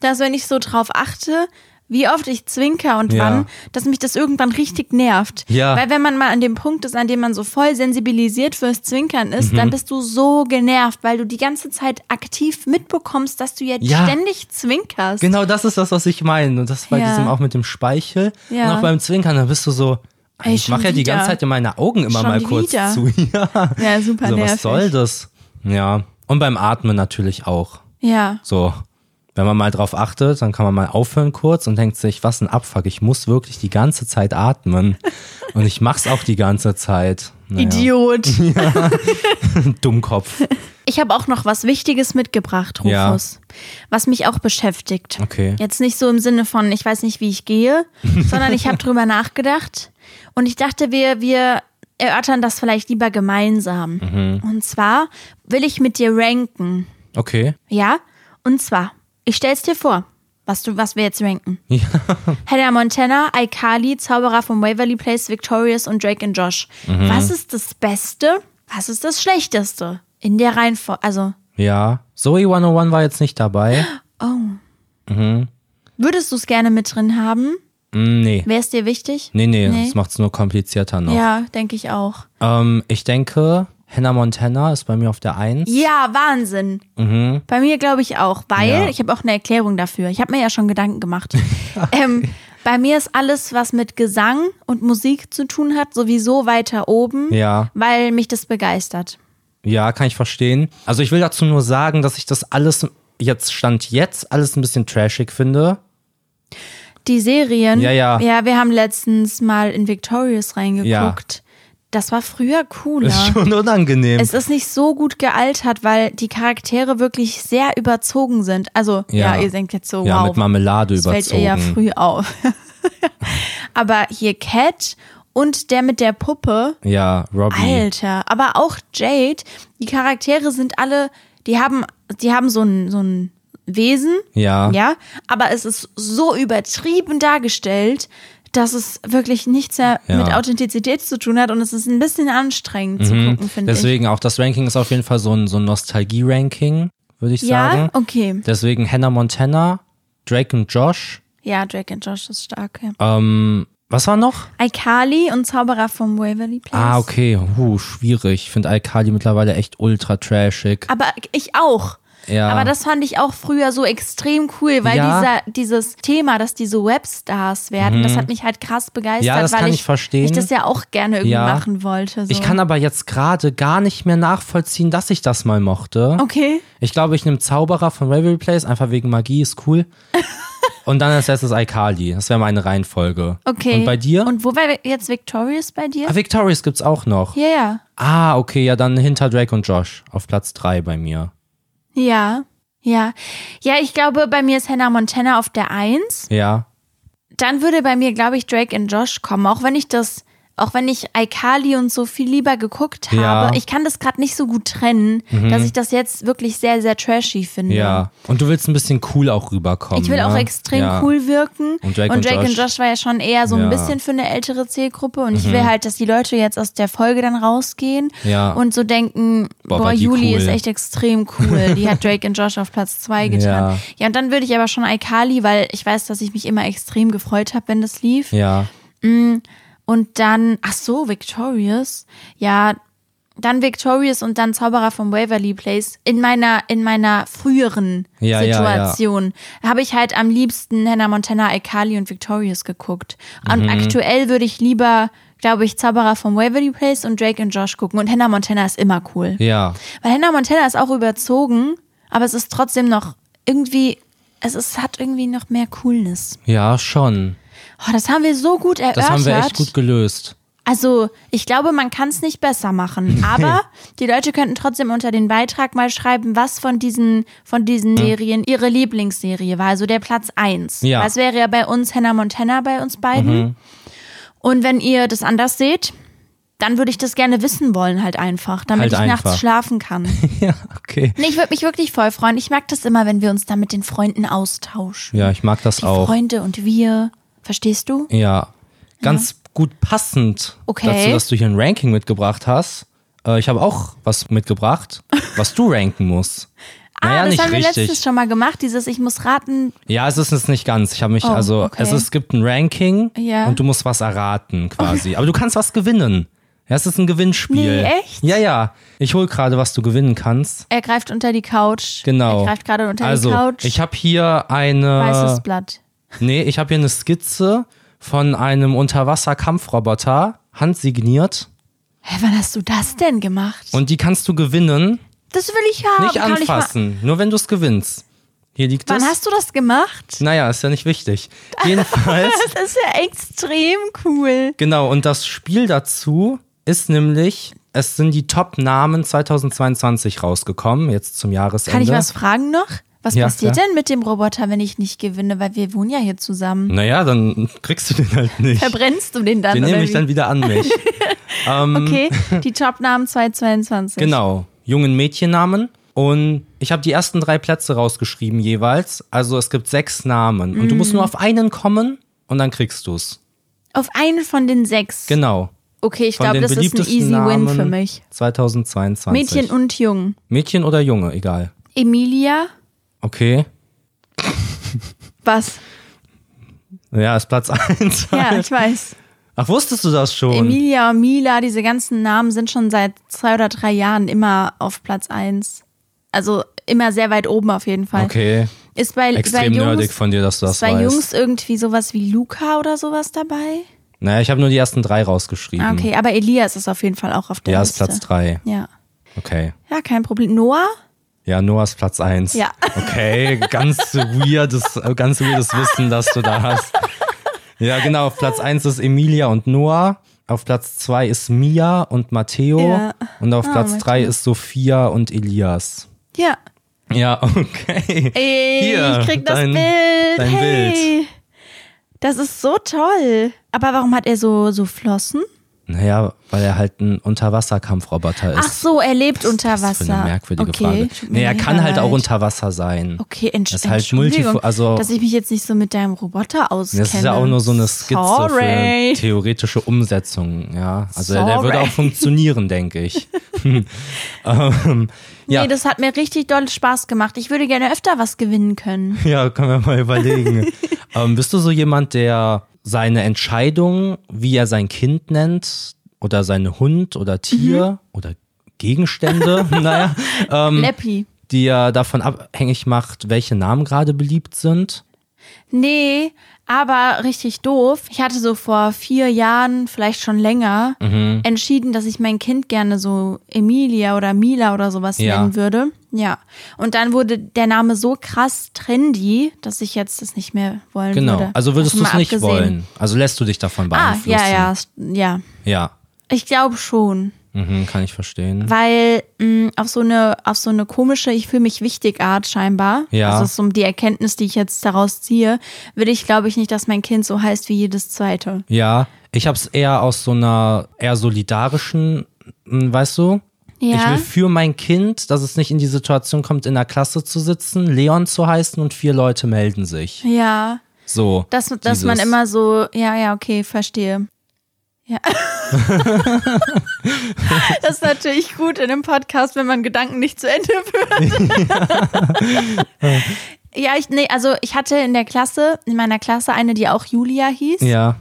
A: dass wenn ich so drauf achte, wie oft ich zwinker und
B: Ja.
A: wann, dass mich das irgendwann richtig nervt.
B: Ja.
A: Weil wenn man mal an dem Punkt ist, an dem man so voll sensibilisiert fürs Zwinkern ist,
B: Mhm.
A: dann bist du so genervt, weil du die ganze Zeit aktiv mitbekommst, dass du jetzt
B: Ja.
A: ständig zwinkerst.
B: Genau das ist das, was ich meine. Und das bei
A: Ja.
B: diesem auch mit dem Speichel
A: Ja.
B: und auch beim Zwinkern, da bist du so,
A: Ey,
B: ich
A: schon
B: mache ja die
A: wieder.
B: ganze Zeit in meine Augen immer
A: Schon
B: mal kurz
A: wieder.
B: zu. Ja.
A: Ja, super
B: so,
A: nervig.
B: was soll das? Ja. Und beim Atmen natürlich auch.
A: Ja.
B: So. Wenn man mal drauf achtet, dann kann man mal aufhören kurz und denkt sich, was ein Abfuck, ich muss wirklich die ganze Zeit atmen. Und ich mach's auch die ganze Zeit. Naja.
A: Idiot.
B: Dummkopf.
A: Ich habe auch noch was Wichtiges mitgebracht,
B: Ja.
A: Rufus, was mich auch beschäftigt.
B: Okay.
A: Jetzt nicht so im Sinne von, ich weiß nicht, wie ich gehe, sondern ich habe drüber nachgedacht und ich dachte, wir, wir erörtern das vielleicht lieber gemeinsam.
B: Mhm.
A: Und zwar will ich mit dir ranken,
B: Okay.
A: ja? Und zwar, ich stell's dir vor, was, du, was wir jetzt ranken.
B: Ja.
A: Hannah Montana, iCarly, Zauberer von Waverly Place, Victorious und Drake and Josh.
B: Mhm.
A: Was ist das Beste? Was ist das Schlechteste? In der Reihenfolge, also
B: Ja. Zoe 101 war jetzt nicht dabei.
A: Würdest du es gerne mit drin haben?
B: Mm, Nee.
A: Wäre es dir wichtig?
B: Nee, nee,
A: Nee.
B: das macht's nur komplizierter noch.
A: Ja, denke ich auch.
B: Ähm, ich denke, Hannah Montana ist bei mir auf der Eins.
A: Ja, Wahnsinn. Bei mir glaube ich auch, weil
B: Mhm. Ja.
A: ich habe auch eine Erklärung dafür. Ich habe mir ja schon Gedanken gemacht. ähm, bei mir ist alles, was mit Gesang und Musik zu tun hat, sowieso weiter oben,
B: Ja.
A: weil mich das begeistert.
B: Ja, kann ich verstehen. Also ich will dazu nur sagen, dass ich das alles jetzt stand jetzt alles ein bisschen trashig finde.
A: Die Serien.
B: Ja, ja.
A: Ja, wir haben letztens mal in Victorious reingeguckt. Das war früher cooler.
B: Ist schon unangenehm.
A: Es ist nicht so gut gealtert, weil die Charaktere wirklich sehr überzogen sind. Also, ja,
B: Ja.
A: ihr denkt jetzt so,
B: ja,
A: wow,
B: mit Marmelade
A: das fällt ihr
B: überzogen.
A: ja früh auf. aber hier Cat und der mit der Puppe,
B: ja, Robbie.
A: Alter, aber auch Jade, die Charaktere sind alle, die haben, die haben so ein, so ein Wesen,
B: Ja.
A: ja, aber es ist so übertrieben dargestellt, dass es wirklich nichts mehr
B: Ja.
A: mit Authentizität zu tun hat und es ist ein bisschen anstrengend zu gucken, finde ich.
B: Mhm. Hm. Deswegen auch das Ranking ist auf jeden Fall so ein, so ein Nostalgie-Ranking, würde ich
A: Ja,
B: sagen.
A: okay.
B: Deswegen Hannah Montana, Drake und Josh.
A: Ja, Drake and Josh ist stark. Ja.
B: Ähm, was war noch?
A: iCarly und Zauberer vom Waverly Place.
B: Ah, okay. Huh, schwierig. Ich finde Alkali mittlerweile echt ultra trashig.
A: Aber ich auch.
B: Ja.
A: Aber das fand ich auch früher so extrem cool, weil
B: Ja. Mhm.
A: dieser, dieses Thema, dass die so Webstars werden, das hat mich halt krass begeistert,
B: Ja, das
A: weil
B: kann
A: ich,
B: ich verstehen.
A: ich das ja auch gerne irgendwie
B: Ja.
A: machen wollte. So.
B: Ich kann aber jetzt gerade gar nicht mehr nachvollziehen, dass ich das mal mochte.
A: Okay.
B: Ich glaube, ich nehme Zauberer von Ravelry Place, einfach wegen Magie, ist cool. Und dann als letztes Alkali. Das wäre meine Reihenfolge.
A: Okay.
B: Und bei dir?
A: Und wo war jetzt Victorious bei dir?
B: ah, Victorious gibt's auch noch.
A: Ja, ja.
B: Ah, okay, ja, dann hinter Drake und Josh. Auf Platz 3 bei mir.
A: Ja. Ja. Ja, ich glaube, bei mir ist Hannah Montana auf der Eins.
B: Ja.
A: dann würde bei mir, glaube ich, Drake und Josh kommen, auch wenn ich das, auch wenn ich iCarly und so viel lieber geguckt habe.
B: Ja. Mhm.
A: Ich kann das gerade nicht so gut trennen, dass ich das jetzt wirklich sehr, sehr trashy finde.
B: Ja. Und du willst ein bisschen cool auch rüberkommen.
A: Ich will auch
B: ne?
A: extrem
B: ja.
A: cool wirken.
B: Und Drake und
A: und
B: Josh.
A: Josh war ja schon eher so ein
B: Ja. Mhm.
A: bisschen für eine ältere Zielgruppe. Und ich will halt, dass die Leute jetzt aus der Folge dann rausgehen
B: Ja.
A: und so denken, boah,
B: Boah, war die
A: Juli
B: cool.
A: ist echt extrem cool. Die hat Drake und Josh auf Platz zwei getan. Ja,
B: Ja.
A: und dann würde ich aber schon iCarly, weil ich weiß, dass ich mich immer extrem gefreut habe, wenn das lief.
B: Ja.
A: Und dann, ach so, Victorious. Ja, dann Victorious und dann Zauberer vom Waverly Place. In meiner, in meiner früheren
B: Ja, ja, ja.
A: Situation habe ich halt am liebsten Hannah Montana, Alkali und Victorious geguckt. Und
B: Mhm.
A: aktuell würde ich lieber, glaube ich, Zauberer vom Waverly Place und Drake und Josh gucken. Und Hannah Montana ist immer cool.
B: Ja.
A: Weil Hannah Montana ist auch überzogen, aber es ist trotzdem noch irgendwie, es ist, hat irgendwie noch mehr Coolness.
B: Ja, schon.
A: Oh, das haben wir so gut erörtert.
B: Das haben wir echt gut gelöst.
A: Also, ich glaube, man kann es nicht besser machen. Aber die Leute könnten trotzdem unter den Beitrag mal schreiben, was von diesen, von diesen Serien ihre Lieblingsserie war. Also der Platz 1.
B: Ja. Mhm.
A: Das wäre ja bei uns Hannah Montana, bei uns beiden. Und wenn ihr das anders seht, dann würde ich das gerne wissen wollen, halt einfach, damit
B: Halt
A: ich
B: einfach.
A: nachts schlafen kann.
B: ja, okay.
A: Nee, ich würde mich wirklich voll freuen. Ich mag das immer, wenn wir uns da mit den Freunden austauschen.
B: Ja, ich mag das
A: Die
B: auch.
A: Freunde und wir. Verstehst du?
B: Ja, ganz gut passend
A: Okay.
B: dazu, dass du hier ein Ranking mitgebracht hast. Äh, ich habe auch was mitgebracht, was du ranken musst.
A: ah,
B: Naja,
A: das
B: nicht
A: haben wir
B: richtig.
A: letztens schon mal gemacht, dieses ich muss raten.
B: Ja, es ist es nicht ganz. Ich habe mich,
A: Oh,
B: also,
A: okay.
B: es, ist, es gibt ein Ranking
A: Ja.
B: und du musst was erraten quasi. Aber du kannst was gewinnen. Ja, es ist ein Gewinnspiel.
A: Nee, echt?
B: Ja, ja. Ich hol gerade, was du gewinnen kannst.
A: Er greift unter die Couch.
B: Genau.
A: Er greift gerade unter
B: also,
A: die Couch.
B: ich äh, habe hier eine.
A: Weißes Blatt.
B: Nee, ich habe hier eine Skizze von einem Unterwasser-Kampfroboter, handsigniert.
A: Hä, wann hast du das denn gemacht?
B: Und die kannst du gewinnen,
A: das will ich haben.
B: nicht
A: Ah, Kann ich mal-
B: anfassen, nur wenn du es gewinnst. Hier liegt
A: Wann
B: es.
A: hast du das gemacht?
B: naja, ist ja nicht wichtig. Jedenfalls,
A: Das ist ja extrem cool.
B: genau, und das Spiel dazu ist nämlich, es sind die Top-Namen 2022 rausgekommen, jetzt zum Jahresende.
A: Kann ich was fragen noch? Was
B: Ja,
A: passiert
B: klar.
A: denn mit dem Roboter, wenn ich nicht gewinne? Weil wir wohnen ja hier zusammen.
B: Naja, dann kriegst du den halt nicht.
A: Verbrennst du den dann?
B: Den
A: oder
B: nehme ich
A: wie?
B: dann wieder an mich.
A: Okay, die Jobnamen 2022.
B: Genau, jungen Mädchennamen. Und ich habe die ersten drei Plätze rausgeschrieben jeweils. Also es gibt sechs Namen. Und du
A: Mhm.
B: musst nur auf einen kommen und dann kriegst du es.
A: Auf einen von den sechs.
B: Genau.
A: Okay, ich
B: Von
A: glaube,
B: den
A: das ist ein
B: beliebtesten
A: easy
B: Namen
A: win für mich.
B: 2022.
A: Mädchen und Jung.
B: Mädchen oder Junge, egal.
A: Emilia,
B: Okay.
A: was?
B: Ja, ist Platz eins.
A: Ja, ich weiß.
B: Ach, wusstest du das schon?
A: Emilia, Mila, diese ganzen Namen sind schon seit zwei oder drei Jahren immer auf Platz eins. Also immer sehr weit oben auf jeden Fall.
B: Okay,
A: Ist bei, bei
B: extrem
A: Jungs,
B: nerdig von dir, dass du das
A: ist bei
B: weißt.
A: Jungs irgendwie sowas wie Luca oder sowas dabei?
B: Naja, ich habe nur die ersten drei rausgeschrieben.
A: Ah, Okay, aber Elias ist auf jeden Fall auch auf der
B: Ja, ist
A: Liste.
B: Platz drei.
A: Ja.
B: Okay.
A: Ja, kein Problem. Noah?
B: Ja, Noah ist Platz eins.
A: Ja.
B: Okay, ganz weirdes, ganz weirdes Wissen, das du da hast. Ja, genau, auf Platz eins ist Emilia und Noah. Auf Platz zwei ist Mia und Matteo.
A: Ja.
B: Und auf
A: Ah,
B: Platz
A: Matteo.
B: drei ist Sophia und Elias.
A: Ja.
B: Ja, okay.
A: Ey,
B: Hier,
A: ich krieg das
B: dein-
A: Bild.
B: dein
A: hey. Das ist so toll. Aber warum hat er so, so Flossen?
B: Naja, weil er halt ein Unterwasserkampfroboter ist.
A: Ach so, er lebt unter
B: Was
A: Wasser.
B: für eine merkwürdige
A: okay.
B: Frage.
A: tut mir
B: Nee, er
A: mega
B: kann halt auch
A: leid.
B: unter Wasser sein.
A: Okay, entsch
B: Das ist halt
A: Entschuldigung,
B: multifo- also-
A: dass ich mich jetzt nicht so mit deinem Roboter auskenne.
B: Das ist ja auch nur so eine Skizze
A: Sorry.
B: für theoretische Umsetzung, ja. Also der würde
A: Sorry.
B: auch funktionieren, denke ich. Ja.
A: Nee, das hat mir richtig doll Spaß gemacht. Ich würde gerne öfter was gewinnen können.
B: Ja, können wir mal überlegen. ähm, bist du so jemand, der seine Entscheidung, wie er sein Kind nennt, oder seinen Hund oder
A: Mhm.
B: Tier oder Gegenstände, naja, ähm,
A: Leppi.
B: die er davon abhängig macht, welche Namen gerade beliebt sind?
A: Nee, aber richtig doof. Ich hatte so vor vier Jahren, vielleicht schon länger,
B: Mhm.
A: entschieden, dass ich mein Kind gerne so Emilia oder Mila oder sowas
B: Ja.
A: nennen würde. Ja. Und dann wurde der Name so krass trendy, dass ich jetzt das nicht mehr wollen
B: Genau.
A: würde.
B: Also würdest du
A: Davon
B: es
A: mal
B: nicht
A: abgesehen.
B: wollen? Also lässt du dich davon
A: Ah,
B: beeinflussen?
A: ja, ja, s- ja.
B: Ja.
A: Ich glaube schon.
B: Mhm, kann ich verstehen.
A: Weil mh, auf, so eine, auf so eine komische, ich fühle mich wichtig Art scheinbar,
B: Ja.
A: also das ist so die Erkenntnis, die ich jetzt daraus ziehe, will ich glaube ich nicht, dass mein Kind so heißt wie jedes zweite.
B: Ja, ich hab's eher aus so einer eher solidarischen, m, weißt du?
A: Ja.
B: Ich will für mein Kind, dass es nicht in die Situation kommt, in der Klasse zu sitzen, Leon zu heißen und vier Leute melden sich.
A: Ja,
B: So.
A: dass, dass
B: dieses-
A: man immer so, ja, ja, okay, verstehe. Ja. das ist natürlich gut in einem Podcast, wenn man Gedanken nicht zu Ende führt. ja, ich, nee, also ich hatte in der Klasse, in meiner Klasse eine, die auch Julia hieß.
B: Ja,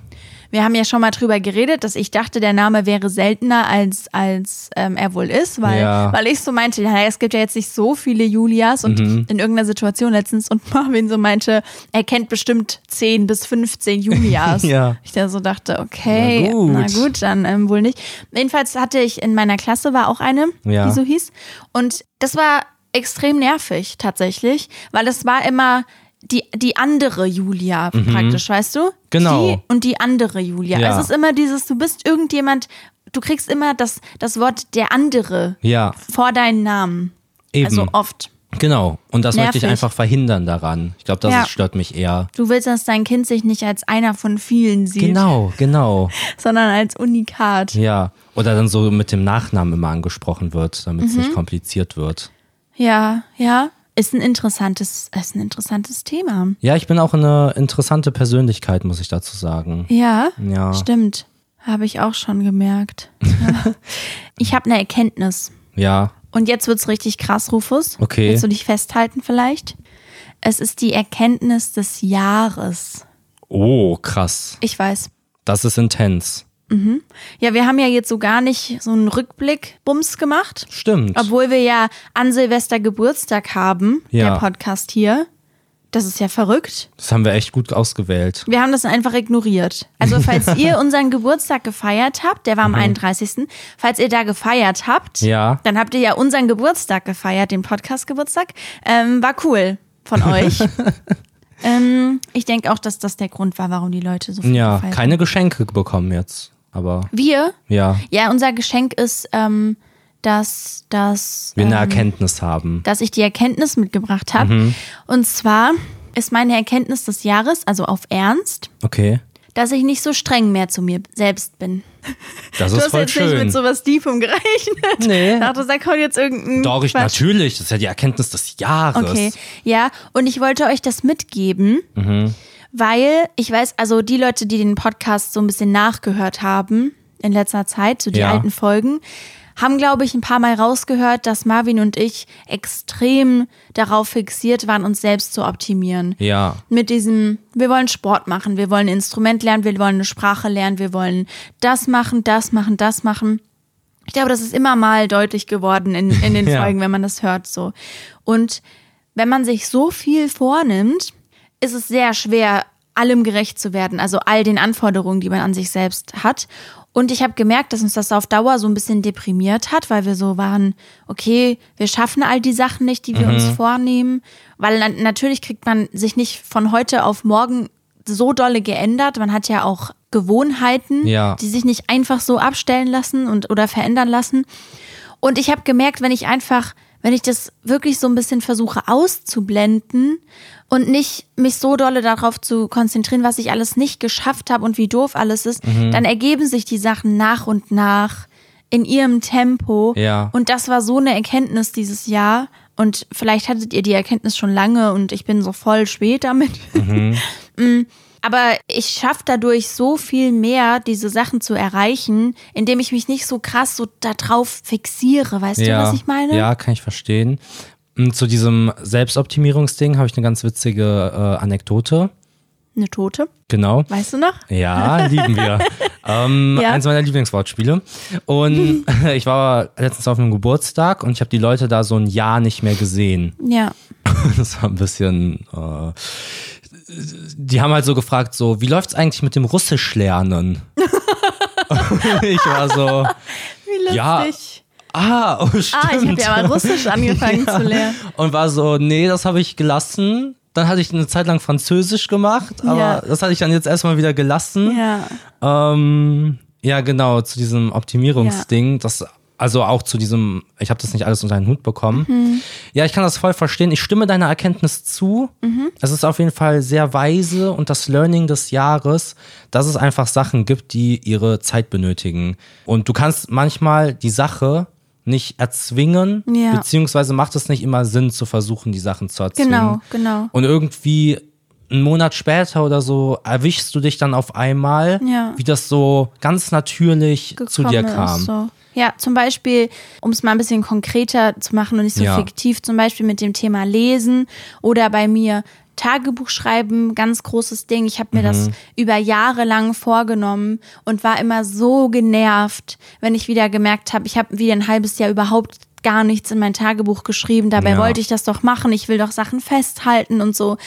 A: Wir haben ja schon mal drüber geredet, dass ich dachte, der Name wäre seltener, als, als ähm, er wohl ist, weil,
B: Ja.
A: weil ich so meinte, naja, es gibt ja jetzt nicht so viele Julias und
B: Mhm.
A: in irgendeiner Situation letztens und Marvin so meinte, er kennt bestimmt 10 bis 15 Julias.
B: Ja.
A: Ich da so dachte, okay,
B: Na gut.
A: na gut, dann ähm, wohl nicht. Jedenfalls hatte ich in meiner Klasse war auch eine,
B: Ja.
A: die so hieß. Und das war extrem nervig tatsächlich, weil es war immer die, die andere Julia praktisch, weißt du?
B: Mhm. Genau.
A: Die und die andere Julia.
B: Ja.
A: Es ist immer dieses, du bist irgendjemand, du kriegst immer das, das Wort der andere
B: ja,
A: vor deinen Namen.
B: eben.
A: Also oft.
B: genau. Und das möchte ich
A: Nervig.
B: einfach verhindern daran. Ich glaube, das
A: Ja.
B: ist- stört mich eher.
A: Du willst, dass dein Kind sich nicht als einer von vielen sieht,
B: Genau, genau.
A: sondern als Unikat.
B: Ja. Oder dann so mit dem Nachnamen immer angesprochen wird, damit es
A: Mhm.
B: nicht kompliziert wird.
A: Ja, ja. Ist ein interessantes, ist ein interessantes Thema.
B: Ja, ich bin auch eine interessante Persönlichkeit, muss ich dazu sagen.
A: Ja,
B: Ja.
A: stimmt. Habe ich auch schon gemerkt. Ja. ich habe eine Erkenntnis.
B: Ja.
A: Und jetzt wird's richtig krass, Rufus.
B: Okay.
A: Willst du dich festhalten vielleicht? Es ist die Erkenntnis des Jahres.
B: Oh, krass.
A: Ich weiß.
B: Das ist intens.
A: Ja, wir haben ja jetzt so gar nicht so einen Rückblick-Bums gemacht.
B: Stimmt.
A: Obwohl wir ja an Silvester Geburtstag haben,
B: Ja.
A: der Podcast hier. Das ist ja verrückt.
B: das haben wir echt gut ausgewählt.
A: Wir haben das einfach ignoriert. Also falls ihr unseren Geburtstag gefeiert habt, der war am 31., falls ihr da gefeiert habt,
B: Mhm. Ja.
A: dann habt ihr ja unseren Geburtstag gefeiert, den Podcast-Geburtstag. Ähm, war cool von euch. ähm, ich denke auch, dass das der Grund war, warum die Leute so viel
B: Ja,
A: gefeiert haben.
B: keine Geschenke bekommen jetzt. Aber
A: Wir?
B: ja,
A: Ja, unser Geschenk ist, ähm, dass, dass ähm,
B: wir eine Mhm. Erkenntnis haben.
A: dass ich die Erkenntnis mitgebracht habe. Und zwar ist meine Erkenntnis des Jahres, also auf Ernst,
B: Okay.
A: dass ich nicht so streng mehr zu mir selbst bin.
B: Das
A: Du
B: ist
A: hast
B: voll
A: jetzt nicht
B: schön.
A: mit sowas Tiefem gerechnet.
B: Nee.
A: Ich dachte, da kommt jetzt irgendein.
B: Doch, ich
A: Quatsch.
B: natürlich. Das ist ja die Erkenntnis des Jahres.
A: Okay, ja, und ich wollte euch das mitgeben, weil ich weiß, also die Leute, die den Podcast so ein bisschen nachgehört haben in letzter Zeit, so die
B: Ja.
A: alten Folgen, haben, glaube ich, ein paar Mal rausgehört, dass Marvin und ich extrem darauf fixiert waren, uns selbst zu optimieren.
B: Ja.
A: Mit diesem, wir wollen Sport machen, wir wollen ein Instrument lernen, wir wollen eine Sprache lernen, wir wollen das machen, das machen, das machen. Ich glaube, das ist immer mal deutlich geworden in, in den
B: Ja.
A: Folgen, wenn man das hört so. Und wenn man sich so viel vornimmt, ist es sehr schwer, allem gerecht zu werden, also all den Anforderungen, die man an sich selbst hat. Und ich habe gemerkt, dass uns das auf Dauer so ein bisschen deprimiert hat, weil wir so waren, okay, wir schaffen all die Sachen nicht, die wir uns vornehmen. Weil na natürlich kriegt man sich nicht von heute auf morgen so dolle geändert. Man hat ja auch Gewohnheiten,
B: Ja.
A: die sich nicht einfach so abstellen lassen und oder verändern lassen. Und ich habe gemerkt, wenn ich einfach, wenn ich das wirklich so ein bisschen versuche auszublenden und nicht mich so dolle darauf zu konzentrieren, was ich alles nicht geschafft habe und wie doof alles ist,
B: Mhm.
A: dann ergeben sich die Sachen nach und nach in ihrem Tempo.
B: Ja.
A: Und das war so eine Erkenntnis dieses Jahr. Und vielleicht hattet ihr die Erkenntnis schon lange und ich bin so voll spät damit. Aber ich schaffe dadurch so viel mehr, diese Sachen zu erreichen, indem ich mich nicht so krass so darauf fixiere. Weißt
B: ja.
A: du, was ich meine?
B: Ja, kann ich verstehen. Und Zu diesem Selbstoptimierungsding habe ich eine ganz witzige äh, Anekdote.
A: Eine Tote,
B: Genau.
A: weißt du noch?
B: Ja, lieben wir. ähm,
A: Ja.
B: Eins meiner Lieblingswortspiele. Und ich war letztens auf einem Geburtstag und ich habe die Leute da so ein Jahr nicht mehr gesehen.
A: Ja.
B: Das war ein bisschen. Äh, die haben halt so gefragt, so, wie läuft's eigentlich mit dem Russisch lernen? ich war so,
A: Wie
B: Ja,
A: lustig.
B: ah, oh, stimmt.
A: ah, ich habe ja mal Russisch angefangen zu lernen.
B: Und war so, nee, das habe ich gelassen. Dann hatte ich eine Zeit lang Französisch gemacht, aber
A: Ja.
B: das hatte ich dann jetzt erstmal wieder gelassen.
A: Ja.
B: Ähm, ja, genau, zu diesem Optimierungsding, das also auch zu diesem, ich habe das nicht alles unter einen Hut bekommen.
A: Mhm.
B: Ja, ich kann das voll verstehen. Ich stimme deiner Erkenntnis zu.
A: Mhm.
B: Es ist auf jeden Fall sehr weise und das Learning des Jahres, dass es einfach Sachen gibt, die ihre Zeit benötigen. Und du kannst manchmal die Sache nicht erzwingen,
A: Ja.
B: beziehungsweise macht es nicht immer Sinn zu versuchen, die Sachen zu erzwingen.
A: Genau, genau.
B: Und irgendwie einen Monat später oder so erwischst du dich dann auf einmal,
A: Ja.
B: wie das so ganz natürlich zu dir
A: gekommen
B: kam.
A: Ist, so. Ja, zum Beispiel, um es mal ein bisschen konkreter zu machen und nicht so
B: Ja.
A: fiktiv, zum Beispiel mit dem Thema Lesen oder bei mir Tagebuch schreiben, ganz großes Ding. Ich habe mir
B: Mhm.
A: das über Jahre lang vorgenommen und war immer so genervt, wenn ich wieder gemerkt habe, ich habe wieder ein halbes Jahr überhaupt gar nichts in mein Tagebuch geschrieben. Dabei
B: Ja.
A: wollte ich das doch machen. Ich will doch Sachen festhalten und so.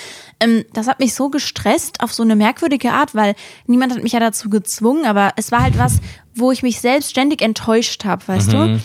A: Ähm, das hat mich so gestresst auf so eine merkwürdige Art, weil niemand hat mich ja dazu gezwungen, aber es war halt was, wo ich mich selbst ständig enttäuscht habe, weißt du?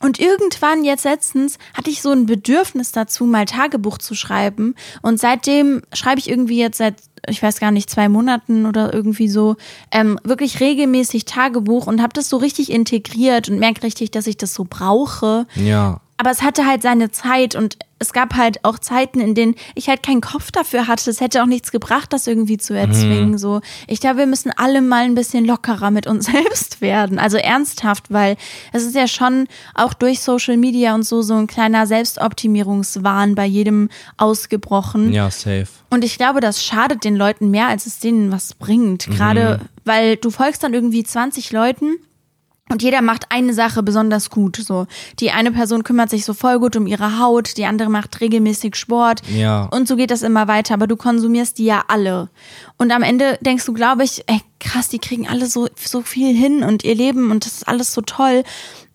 A: Und irgendwann, jetzt letztens, hatte ich so ein Bedürfnis dazu, mal Tagebuch zu schreiben. Und seitdem schreibe ich irgendwie jetzt seit, ich weiß gar nicht, zwei Monaten oder irgendwie so, ähm, wirklich regelmäßig Tagebuch und habe das so richtig integriert und merke richtig, dass ich das so brauche.
B: Ja.
A: Aber es hatte halt seine Zeit und es gab halt auch Zeiten, in denen ich halt keinen Kopf dafür hatte. Es hätte auch nichts gebracht, das irgendwie zu erzwingen. So, ich glaube, wir müssen alle mal ein bisschen lockerer mit uns selbst werden. Also ernsthaft, weil es ist ja schon auch durch Social Media und so so ein kleiner Selbstoptimierungswahn bei jedem ausgebrochen.
B: Ja, safe.
A: Und ich glaube, das schadet den Leuten mehr, als es denen was bringt. Gerade weil du folgst dann irgendwie 20 Leuten, Und jeder macht eine Sache besonders gut. So die eine Person kümmert sich so voll gut um ihre Haut, die andere macht regelmäßig Sport.
B: Ja.
A: Und so geht das immer weiter. Aber du konsumierst die ja alle. Und am Ende denkst du, glaube ich, ey, krass, die kriegen alle so so viel hin und ihr Leben und das ist alles so toll,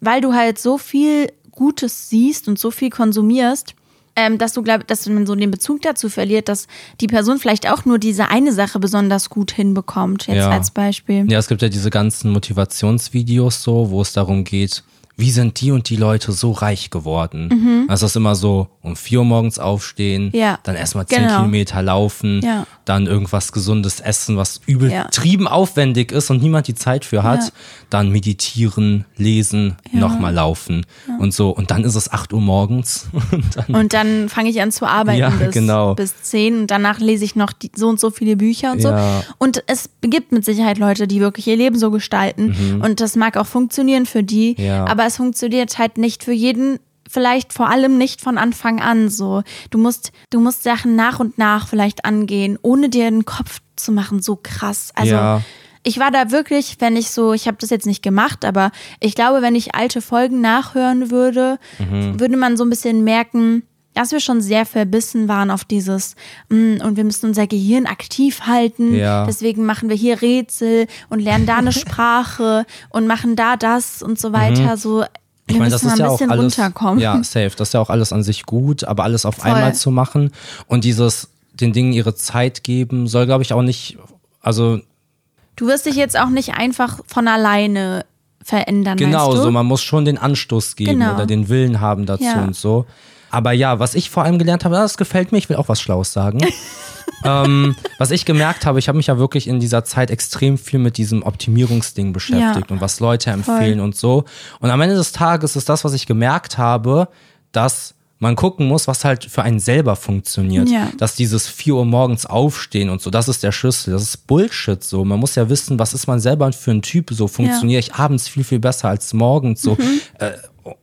A: weil du halt so viel Gutes siehst und so viel konsumierst. Ähm, dass du glaub, dass man so den Bezug dazu verliert, dass die Person vielleicht auch nur diese eine Sache besonders gut hinbekommt, jetzt
B: Ja.
A: als Beispiel.
B: Ja, es gibt ja diese ganzen Motivationsvideos so, wo es darum geht, wie sind die und die Leute so reich geworden? Also es ist immer so, um 4 Uhr morgens aufstehen,
A: Mhm. Ja.
B: dann erstmal 10
A: Genau.
B: Kilometer laufen,
A: Ja.
B: dann irgendwas Gesundes essen, was übertrieben aufwendig ist und niemand die Zeit für hat,
A: Ja.
B: dann meditieren, lesen, nochmal laufen und so. Und dann ist es 8 Uhr morgens und dann
A: Und dann fange ich an zu arbeiten
B: Ja,
A: bis,
B: genau.
A: bis 10 und danach lese ich noch die, so und so viele Bücher und
B: Ja.
A: so. Und es gibt mit Sicherheit Leute, die wirklich ihr Leben so gestalten und das mag auch funktionieren für die,
B: Mhm. Ja.
A: aber es funktioniert halt nicht für jeden. Vielleicht vor allem nicht von Anfang an so. Du musst, du musst Sachen nach und nach vielleicht angehen, ohne dir den Kopf zu machen, so krass. Also
B: Ja.
A: ich war da wirklich, wenn ich so, ich habe das jetzt nicht gemacht, aber ich glaube, wenn ich alte Folgen nachhören würde,
B: Mhm.
A: würde man so ein bisschen merken, dass wir schon sehr verbissen waren auf dieses "Mm, und wir müssen unser Gehirn aktiv halten.
B: Ja.
A: Deswegen machen wir hier Rätsel und lernen da eine Sprache und machen da das und so weiter. So, wir
B: Mhm. Ich meine, das
A: müssen mal
B: ist ja
A: ein
B: auch
A: bisschen
B: alles.
A: runterkommen.
B: Ja, safe. Das ist ja auch alles an sich gut, aber alles auf
A: Voll.
B: einmal zu machen und dieses den Dingen ihre Zeit geben, soll, glaube ich, auch nicht. Also
A: Du wirst dich jetzt auch nicht einfach von alleine verändern.
B: genau
A: weißt du?
B: so, man muss schon den Anstoß geben
A: Genau.
B: oder den Willen haben dazu
A: Ja.
B: und so. Aber ja, was ich vor allem gelernt habe, ah, das gefällt mir, ich will auch was Schlaues sagen. ähm, was ich gemerkt habe, ich habe mich ja wirklich in dieser Zeit extrem viel mit diesem Optimierungsding beschäftigt
A: Ja.
B: und was Leute empfehlen und so. Und am Ende des Tages ist das, was ich gemerkt habe, dass man gucken muss, was halt für einen selber funktioniert.
A: Ja.
B: Dass dieses 4 Uhr morgens aufstehen und so, das ist der Schlüssel. Das ist Bullshit so. Man muss ja wissen, was ist man selber für ein Typ so. Funktioniere ich abends viel, viel besser als morgens so.
A: Mhm.
B: Äh,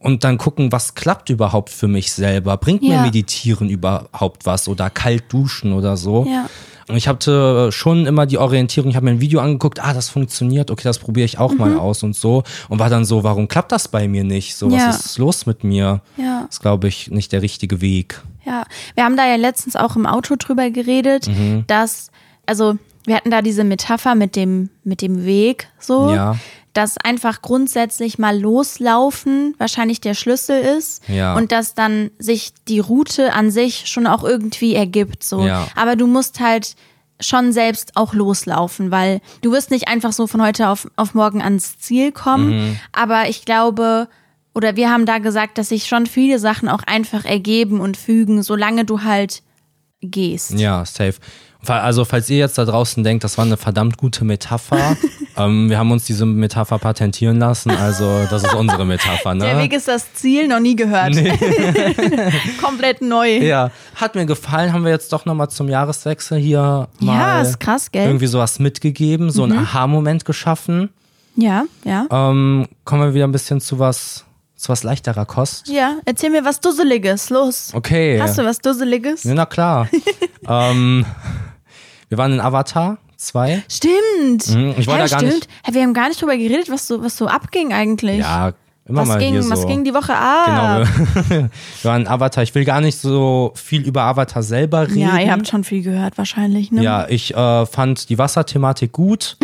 B: und dann gucken, was klappt überhaupt für mich selber. Bringt mir
A: Ja.
B: Meditieren überhaupt was oder kalt duschen oder so.
A: Ja.
B: Und ich hatte schon immer die Orientierung, ich habe mir ein Video angeguckt, ah, das funktioniert, okay, das probiere ich auch
A: Mhm.
B: mal aus und so. Und war dann so, warum klappt das bei mir nicht? So,
A: Ja.
B: was ist los mit mir?
A: Ja.
B: Das ist, glaube ich, nicht der richtige Weg.
A: Ja, wir haben da ja letztens auch im Auto drüber geredet,
B: Mhm.
A: dass, also wir hatten da diese Metapher mit dem, mit dem Weg so,
B: Ja.
A: dass einfach grundsätzlich mal loslaufen wahrscheinlich der Schlüssel ist
B: Ja.
A: und dass dann sich die Route an sich schon auch irgendwie ergibt so.
B: Ja.
A: Aber du musst halt schon selbst auch loslaufen, weil du wirst nicht einfach so von heute auf, auf morgen ans Ziel kommen.
B: Mhm.
A: Aber ich glaube, oder wir haben da gesagt, dass sich schon viele Sachen auch einfach ergeben und fügen, solange du halt gehst.
B: Ja, safe. Fa- Also, falls ihr jetzt da draußen denkt, das war eine verdammt gute Metapher, ähm, wir haben uns diese Metapher patentieren lassen, also das ist unsere Metapher, ne?
A: Der Weg ist das Ziel, noch nie gehört. Komplett neu.
B: Ja, hat mir gefallen. Haben wir jetzt doch nochmal zum Jahreswechsel hier
A: Ja,
B: mal
A: ist krass, gell? Mhm.
B: irgendwie sowas mitgegeben, so einen Aha-Moment geschaffen.
A: Ja, ja.
B: Ähm, kommen wir wieder ein bisschen zu was, zu was leichterer Kost.
A: Ja, erzähl mir was Dusseliges, los.
B: Okay.
A: Hast du was Dusseliges?
B: Ja, na klar. ähm, wir waren in Avatar 2.
A: Stimmt.
B: Mhm, ich wollte
A: ja,
B: da gar
A: stimmt.
B: nicht-
A: Hä, wir haben gar nicht drüber geredet, was so, was so abging eigentlich.
B: Ja, immer
A: was
B: mal
A: ging,
B: hier so.
A: was ging die Woche ab?
B: Genau, wir, wir waren in Avatar. Ich will gar nicht so viel über Avatar selber reden.
A: ja, ihr habt schon viel gehört wahrscheinlich, ne?
B: Ja, ich äh, fand die Wasserthematik gut.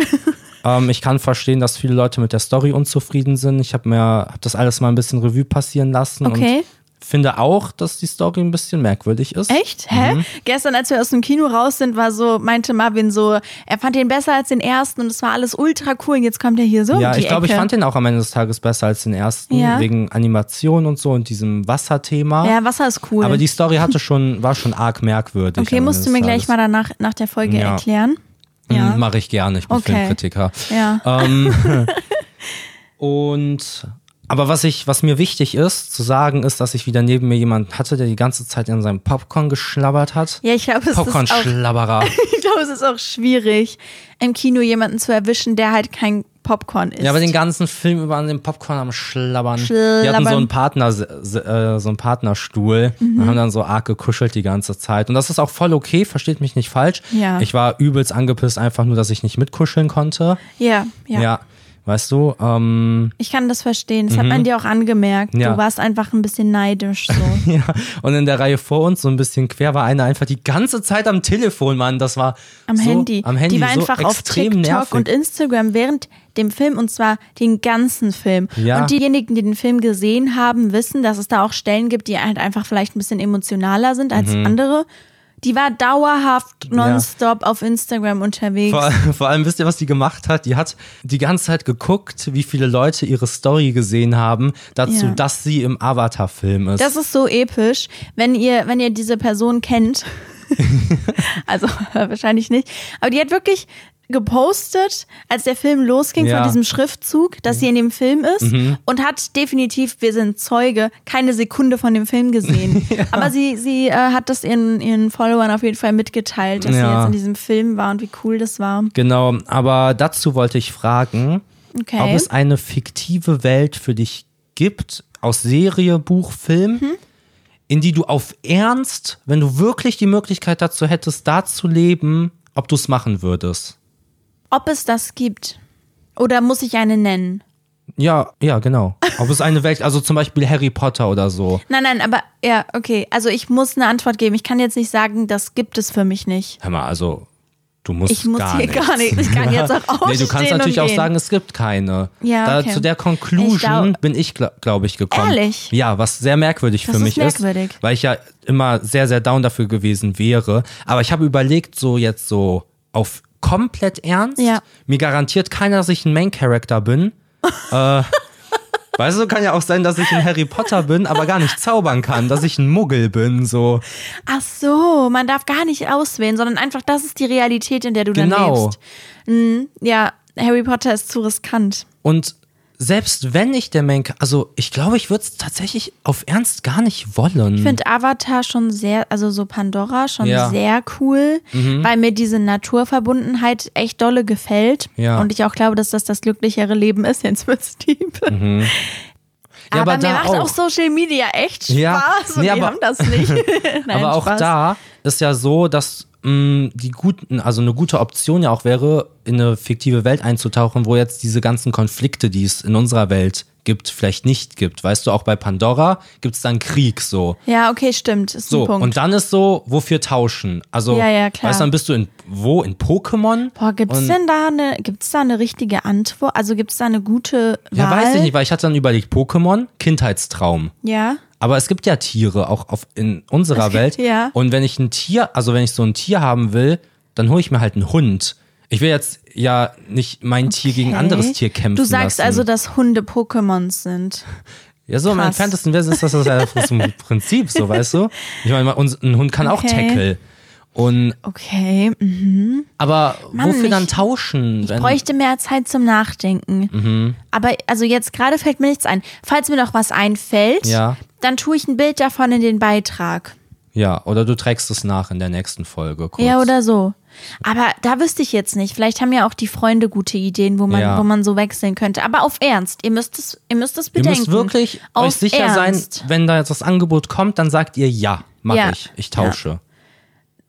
B: ähm, ich kann verstehen, dass viele Leute mit der Story unzufrieden sind. Ich habe mir hab das alles mal ein bisschen Revue passieren lassen
A: Okay.
B: und finde auch, dass die Story ein bisschen merkwürdig ist.
A: Echt? Hä?
B: Mhm.
A: Gestern, als wir aus dem Kino raus sind, war so, meinte Marvin so, er fand den besser als den ersten und es war alles ultra cool und jetzt kommt er hier so. um
B: Ja,
A: die
B: ich glaube, ich
A: Ecke.
B: fand den auch am Ende des Tages besser als den ersten,
A: Ja.
B: wegen Animation und so und diesem Wasserthema.
A: Ja, Wasser ist cool.
B: Aber die Story hatte schon, war schon arg merkwürdig.
A: okay,
B: am Ende
A: musst du
B: des
A: mir gleich
B: Tages.
A: mal danach nach der Folge
B: Ja.
A: erklären. Ja.
B: Mhm, Mache ich gerne, ich bin
A: Okay.
B: Filmkritiker.
A: Ja.
B: Ähm, und aber was ich, was mir wichtig ist zu sagen, ist, dass ich wieder neben mir jemanden hatte, der die ganze Zeit an seinem Popcorn geschlabbert hat.
A: Ja, ich glaube, es, ist auch-
B: Popcorn-Schlabberer.
A: ich glaube, es ist auch schwierig, im Kino jemanden zu erwischen, der halt kein Popcorn ist.
B: Ja, aber den ganzen Film über an dem Popcorn am Schlabbern. Die hatten
A: Schlabbern. Mhm.
B: so einen Partner, äh, so einen Partnerstuhl und haben dann so arg gekuschelt die ganze Zeit. Und das ist auch voll okay, versteht mich nicht falsch.
A: Ja.
B: Ich war übelst angepisst, einfach nur, dass ich nicht mitkuscheln konnte.
A: ja, ja.
B: Ja. Weißt du? Ähm,
A: Ich kann das verstehen. Das hat man dir auch angemerkt.
B: Ja.
A: Du warst einfach ein bisschen neidisch. So.
B: ja. Und in der Reihe vor uns, so ein bisschen quer, war einer einfach die ganze Zeit am Telefon, Mann. Das war
A: Am,
B: so,
A: Handy.
B: Am Handy.
A: Die war
B: so
A: einfach auf
B: extrem
A: TikTok
B: nervig.
A: und Instagram während dem Film und zwar den ganzen Film.
B: Ja.
A: Und diejenigen, die den Film gesehen haben, wissen, dass es da auch Stellen gibt, die halt einfach vielleicht ein bisschen emotionaler sind als
B: Mhm.
A: andere. Die war dauerhaft nonstop auf Instagram unterwegs.
B: Vor, vor allem wisst ihr, was die gemacht hat? Die hat die ganze Zeit geguckt, wie viele Leute ihre Story gesehen haben, dazu,
A: Ja.
B: dass sie im Avatar-Film ist.
A: Das ist so episch, wenn ihr, wenn ihr diese Person kennt. also wahrscheinlich nicht. Aber die hat wirklich gepostet, als der Film losging
B: Ja. Mhm.
A: von diesem Schriftzug, dass sie in dem Film ist und hat definitiv, wir sind Zeuge, keine Sekunde von dem Film gesehen. Aber sie, sie äh, hat das ihren, ihren Followern auf jeden Fall mitgeteilt, dass sie
B: Ja.
A: jetzt in diesem Film war und wie cool das war.
B: genau, aber dazu wollte ich fragen,
A: Okay.
B: ob es eine fiktive Welt für dich gibt, aus Serie, Buch, Film, in die du auf Ernst, wenn du wirklich die Möglichkeit dazu hättest, da zu leben, ob du es machen würdest.
A: Ob es das gibt? Oder muss ich eine nennen?
B: Ja, ja, genau. Ob es eine Welt, also zum Beispiel Harry Potter oder so.
A: Nein, nein, aber ja, okay. Also ich muss eine Antwort geben. Ich kann jetzt nicht sagen, das gibt es für mich nicht.
B: Hör mal, also du musst
A: Ich muss
B: gar
A: hier
B: nichts.
A: gar nichts. Ich kann jetzt auch aufstehen
B: Nee, du kannst natürlich
A: und
B: auch
A: gehen.
B: sagen, es gibt keine.
A: Ja,
B: da,
A: okay.
B: Zu der Conclusion
A: Ich glaub-
B: bin ich, glaube glaub ich, gekommen.
A: Ehrlich?
B: Ja, was sehr merkwürdig
A: Das
B: für
A: ist
B: mich
A: merkwürdig.
B: ist, weil ich ja immer sehr, sehr down dafür gewesen wäre. Aber ich habe überlegt, so jetzt so auf komplett ernst,
A: Ja.
B: mir garantiert keiner, dass ich ein Main-Character bin. äh, weißt du, kann ja auch sein, dass ich ein Harry Potter bin, aber gar nicht zaubern kann, dass ich ein Muggel bin, so.
A: Ach so, man darf gar nicht auswählen, sondern einfach, das ist die Realität, in der du dann
B: Genau.
A: lebst. Mhm, ja, Harry Potter ist zu riskant.
B: Und selbst wenn ich der Menk, also ich glaube, ich würde es tatsächlich auf Ernst gar nicht wollen.
A: Ich finde Avatar schon sehr, also so Pandora schon
B: Mhm. Ja. Mhm.
A: sehr cool, weil mir diese Naturverbundenheit echt dolle gefällt.
B: Ja.
A: Und ich auch glaube, dass das das glücklichere Leben ist, jetzt wird's deep.
B: Mhm. Ja,
A: aber
B: aber da
A: mir macht auch.
B: auch.
A: Social Media echt Spaß
B: Ja,
A: und
B: nee,
A: wir
B: aber-
A: haben das nicht. Nein,
B: aber auch
A: Spaß.
B: da ist ja so, dass mh, die guten, also eine gute Option ja auch wäre, in eine fiktive Welt einzutauchen, wo jetzt diese ganzen Konflikte, die es in unserer Welt gibt, vielleicht nicht gibt. Weißt du, auch bei Pandora gibt es dann Krieg so.
A: Ja, okay, stimmt. Ist ein
B: So,
A: Punkt.
B: und dann ist so, wofür tauschen? Also,
A: Ja, ja, klar.
B: weißt du, dann bist du in wo? In Pokémon?
A: Boah, gibt's
B: Und-
A: denn da eine, gibt's da eine richtige Antwort? Also gibt's da eine gute Wahl?
B: Ja, weiß ich nicht, weil ich hatte dann überlegt, Pokémon, Kindheitstraum.
A: Ja.
B: Aber es gibt ja Tiere auch auf, in unserer
A: Es
B: Welt.
A: gibt- ja.
B: Und wenn ich ein Tier, also wenn ich so ein Tier haben will, dann hole ich mir halt einen Hund. Ich will jetzt ja nicht mein Tier gegen
A: Okay.
B: anderes Tier kämpfen.
A: Du sagst
B: lassen.
A: also, dass Hunde Pokémons sind.
B: Ja, so im
A: krass.
B: entferntesten Wesen ist das das ja so ein Prinzip, so weißt du? Ich meine, uns- ein Hund kann auch
A: Okay.
B: Tackle. Und,
A: Okay. mhm.
B: aber
A: Mann,
B: wofür dann
A: ich-
B: tauschen? Wenn,
A: Bräuchte mehr Zeit zum Nachdenken.
B: Mhm.
A: Aber also jetzt gerade fällt mir nichts ein. Falls mir noch was einfällt,
B: Ja.
A: dann tue ich ein Bild davon in den Beitrag.
B: ja, oder du trägst es nach in der nächsten Folge. Kurz.
A: Ja, oder so. Aber da wüsste ich jetzt nicht. Vielleicht haben ja auch die Freunde gute Ideen, wo man,
B: Ja.
A: wo man so wechseln könnte. Aber auf Ernst. Ihr müsst es, ihr müsst es
B: Ihr
A: bedenken.
B: müsst wirklich
A: auf
B: euch sicher
A: Ernst.
B: sein, wenn da jetzt das Angebot kommt, dann sagt ihr ja, mach
A: Ja.
B: ich, ich tausche.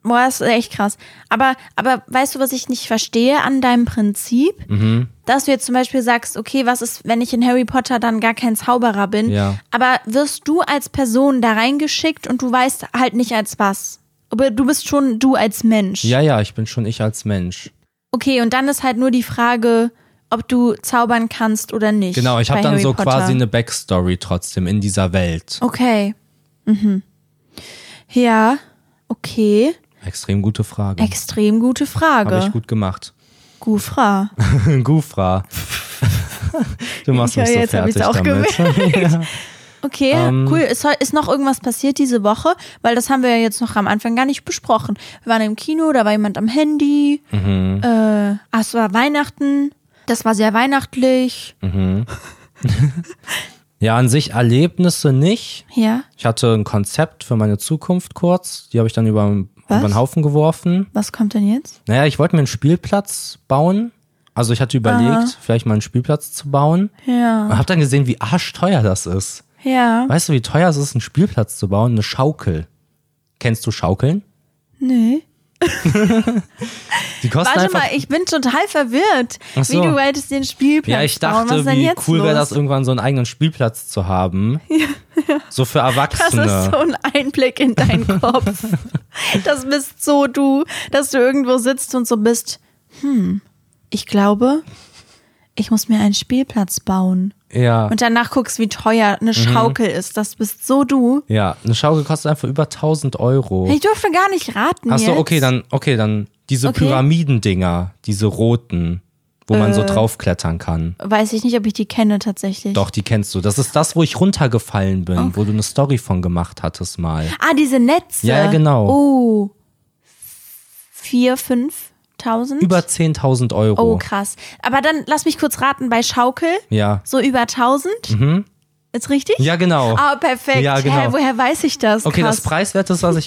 A: Boah, das ist echt krass. Aber, aber weißt du, was ich nicht verstehe an deinem Prinzip?
B: Mhm.
A: Dass du jetzt zum Beispiel sagst, okay, was ist, wenn ich in Harry Potter dann gar kein Zauberer bin?
B: Ja.
A: Aber wirst du als Person da reingeschickt und du weißt halt nicht als was? Aber du bist schon du als Mensch.
B: Ja, ja, ich bin schon ich als Mensch.
A: Okay, und dann ist halt nur die Frage, ob du zaubern kannst oder nicht.
B: Genau, ich habe
A: bei
B: dann
A: Harry
B: so
A: Potter. Oh.
B: quasi eine Backstory trotzdem in dieser Welt.
A: Okay. Mhm. Ja, okay.
B: Extrem gute Frage.
A: Extrem gute
B: habe Hm. ich
A: Frage.
B: gut gemacht.
A: Gufra.
B: Gufra. du machst
A: Ja,
B: mich so
A: jetzt hab ich's
B: fertig
A: auch
B: damit.
A: Okay,
B: Ähm.
A: cool. Ist, heu- ist noch irgendwas passiert diese Woche? Weil das haben wir ja jetzt noch am Anfang gar nicht besprochen. Wir waren im Kino, da war jemand am Handy.
B: Mhm.
A: Äh, ach, es war Weihnachten. Das war sehr weihnachtlich.
B: Hm. Ja, an sich Erlebnisse nicht.
A: Ja,
B: Ich hatte ein Konzept für meine Zukunft kurz. Die habe ich dann über, über den Haufen geworfen.
A: was kommt denn jetzt?
B: Naja, ich wollte mir einen Spielplatz bauen. Also ich hatte überlegt, vielleicht mal einen Spielplatz zu bauen.
A: Ja,
B: Und habe dann gesehen, wie arschteuer das ist.
A: ja.
B: Weißt du, wie teuer es ist, einen Spielplatz zu bauen? Eine Schaukel. Kennst du Schaukeln?
A: Nee.
B: Die kosten
A: Warte
B: einfach.
A: mal, ich bin total verwirrt,
B: Ach so.
A: wie du hättest den Spielplatz
B: ja, ich
A: bauen. Was
B: dachte,
A: ist denn
B: wie
A: jetzt
B: cool
A: los?
B: wäre das, irgendwann so einen eigenen Spielplatz zu haben. So für
A: Das
B: Erwachsene.
A: ist so ein Einblick in deinen Kopf. Das bist so du, dass du irgendwo sitzt und so bist. Hm, ich glaube, ich muss mir einen Spielplatz bauen.
B: ja.
A: Und danach guckst, wie teuer
B: Mhm.
A: eine Schaukel ist. Das bist so du.
B: ja, eine Schaukel kostet einfach über 1000 Euro.
A: Ich durfte gar nicht raten.
B: Oh. Ach so,
A: jetzt.
B: okay, dann, okay, dann diese
A: Okay. Äh.
B: Pyramidendinger, diese roten, wo man so draufklettern kann.
A: Weiß ich nicht, ob ich die kenne tatsächlich.
B: Doch, die kennst du. Das ist das, wo ich runtergefallen bin,
A: Oh.
B: wo du eine Story von gemacht hattest mal.
A: Ah, diese Netze.
B: Ja, ja, genau.
A: Oh. Vier, fünftausend?
B: Über 10.000 Euro.
A: Oh, krass. Aber dann lass mich kurz raten, bei Schaukel
B: Ja.
A: so über 1000? Mhm. Ist richtig?
B: Ja, genau.
A: Ah, perfekt.
B: Ja, genau.
A: Hä, woher weiß ich das?
B: Okay,
A: krass. Mhm.
B: das Preiswerteste, was ich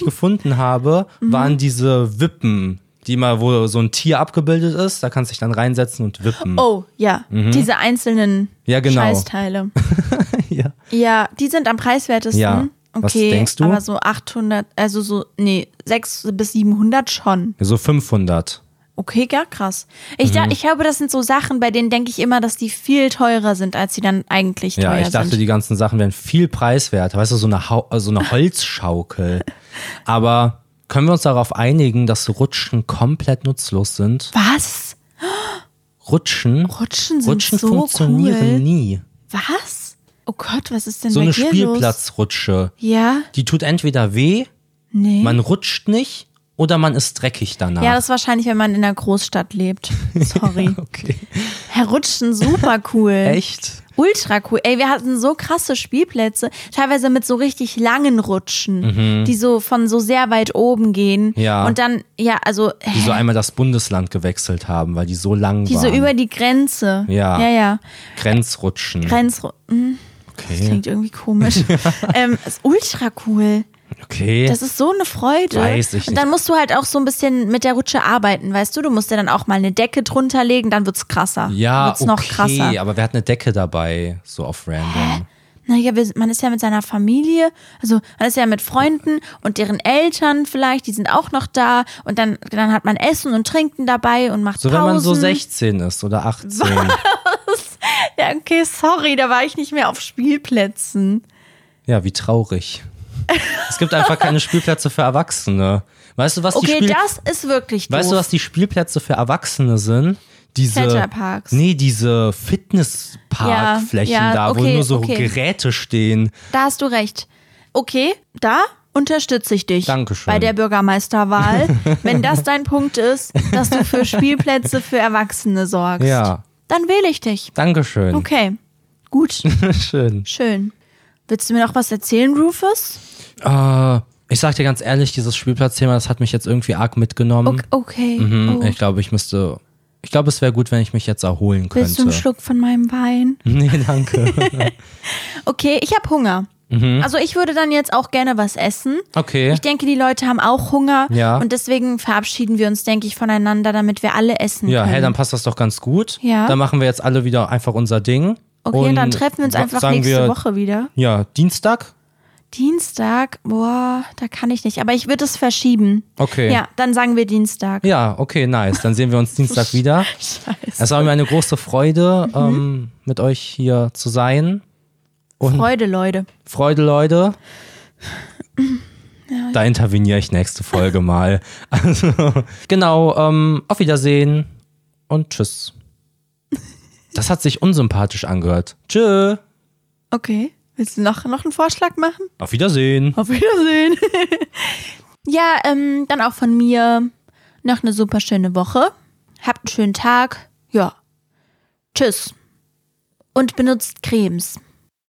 B: gefunden habe, waren diese Wippen, die mal, wo so ein Tier abgebildet ist, da kannst du dich dann reinsetzen und wippen.
A: Oh, ja. Diese einzelnen
B: Mhm. Ja, genau.
A: Scheißteile.
B: Ja.
A: Ja, die sind am preiswertesten.
B: Ja.
A: Okay,
B: Was denkst du?
A: aber so 800, also so, nee, 600 bis 700 schon.
B: So 500.
A: Okay, gar krass. Ich,
B: Mhm.
A: da, ich glaube, das sind so Sachen, bei denen denke ich immer, dass die viel teurer sind, als sie dann eigentlich
B: Ja,
A: teuer
B: ich dachte,
A: sind.
B: die ganzen Sachen wären viel preiswerter. Weißt du, so eine, Hau äh, so eine Holzschaukel. Aber können wir uns darauf einigen, dass Rutschen komplett nutzlos sind?
A: Was?
B: Rutschen?
A: Rutschen Oh, sind
B: Rutschen
A: so
B: funktionieren
A: cool.
B: nie.
A: Was? Oh Gott, was ist denn
B: So
A: bei
B: eine
A: dir los?
B: Spielplatzrutsche.
A: Ja,
B: Die tut entweder weh,
A: nee.
B: man rutscht nicht oder man ist dreckig danach.
A: ja, das ist wahrscheinlich, wenn man in einer Großstadt lebt. Sorry.
B: okay.
A: Herr Rutschen, super cool.
B: Echt?
A: Ultra cool. Ey, wir hatten so krasse Spielplätze, teilweise mit so richtig langen Rutschen, die so von so sehr weit oben gehen.
B: Mhm. Ja.
A: Und dann, ja, also,
B: Die so einmal das Bundesland gewechselt haben, weil die so lang
A: die
B: waren.
A: so über die Grenze.
B: Ja.
A: Ja, ja.
B: Grenzrutschen.
A: Grenz. Hm, Das
B: okay.
A: klingt irgendwie komisch. ähm, ist ultra cool.
B: Okay.
A: Das ist so eine Freude.
B: Weiß ich
A: Und dann musst du halt auch so ein bisschen mit der Rutsche arbeiten, weißt du? Du musst ja dann auch mal eine Decke drunter legen, dann wird's krasser.
B: ja,
A: wird's
B: okay,
A: noch krasser.
B: aber wer hat eine Decke dabei, so auf random?
A: Naja, wir, man ist ja mit seiner Familie, also man ist ja mit Freunden und deren Eltern vielleicht, die sind auch noch da und dann, dann hat man Essen und Trinken dabei und macht
B: So, wenn
A: Pausen.
B: man so 16 ist oder 18.
A: Ja, okay, sorry, da war ich nicht mehr auf Spielplätzen.
B: Ja, wie traurig. Es gibt einfach keine Spielplätze für Erwachsene. Weißt du, was die
A: Okay,
B: Spiel
A: das ist wirklich doof.
B: Weißt du, was die Spielplätze für Erwachsene sind? Diese
A: Kletterparks.
B: Nee, diese Fitnessparkflächen
A: Ja, ja,
B: da, wo
A: okay,
B: nur so
A: okay.
B: Geräte stehen.
A: Da hast du recht. Okay, da unterstütze ich dich.
B: Dankeschön.
A: Bei der Bürgermeisterwahl, wenn das dein Punkt ist, dass du für Spielplätze für Erwachsene sorgst.
B: Ja.
A: Dann wähle ich dich.
B: Dankeschön.
A: Okay, gut.
B: Schön.
A: Schön. Willst du mir noch was erzählen, Rufus?
B: Äh, ich sag dir ganz ehrlich, dieses Spielplatzthema, das hat mich jetzt irgendwie arg mitgenommen.
A: Ok- Okay.
B: Hm,
A: Oh.
B: Ich glaube, ich müsste. Ich glaube, es wäre gut, wenn ich mich jetzt erholen könnte.
A: Willst du einen Schluck von meinem Wein?
B: Nee, danke.
A: Okay, ich habe Hunger.
B: Mhm.
A: Also ich würde dann jetzt auch gerne was essen.
B: Okay.
A: Ich denke, die Leute haben auch Hunger.
B: Ja.
A: Und deswegen verabschieden wir uns, denke ich, voneinander, damit wir alle essen
B: Ja,
A: können.
B: hey, dann passt das doch ganz gut.
A: Ja.
B: Dann machen wir jetzt alle wieder einfach unser Ding.
A: okay,
B: Und
A: dann treffen wir uns
B: wa-
A: einfach
B: sagen
A: nächste
B: wir,
A: Woche wieder.
B: Ja, Dienstag?
A: Dienstag, boah, da kann ich nicht. Aber ich würde es verschieben.
B: Okay.
A: Ja, dann sagen wir Dienstag.
B: Ja, okay, nice. Dann sehen wir uns Dienstag wieder.
A: Scheiße.
B: Es war mir eine große Freude,
A: Mhm.
B: ähm, mit euch hier zu sein. hm.
A: Freude, Leute.
B: Freude, Leute. Da interveniere ich nächste Folge mal. Also, genau, ähm, auf Wiedersehen und tschüss. Das hat sich unsympathisch angehört. Tschö.
A: Okay. Willst du noch, noch einen Vorschlag machen?
B: Auf Wiedersehen.
A: Auf Wiedersehen. ja, ähm, dann auch von mir noch eine super schöne Woche. Habt einen schönen Tag. Ja. Tschüss. Und benutzt Cremes.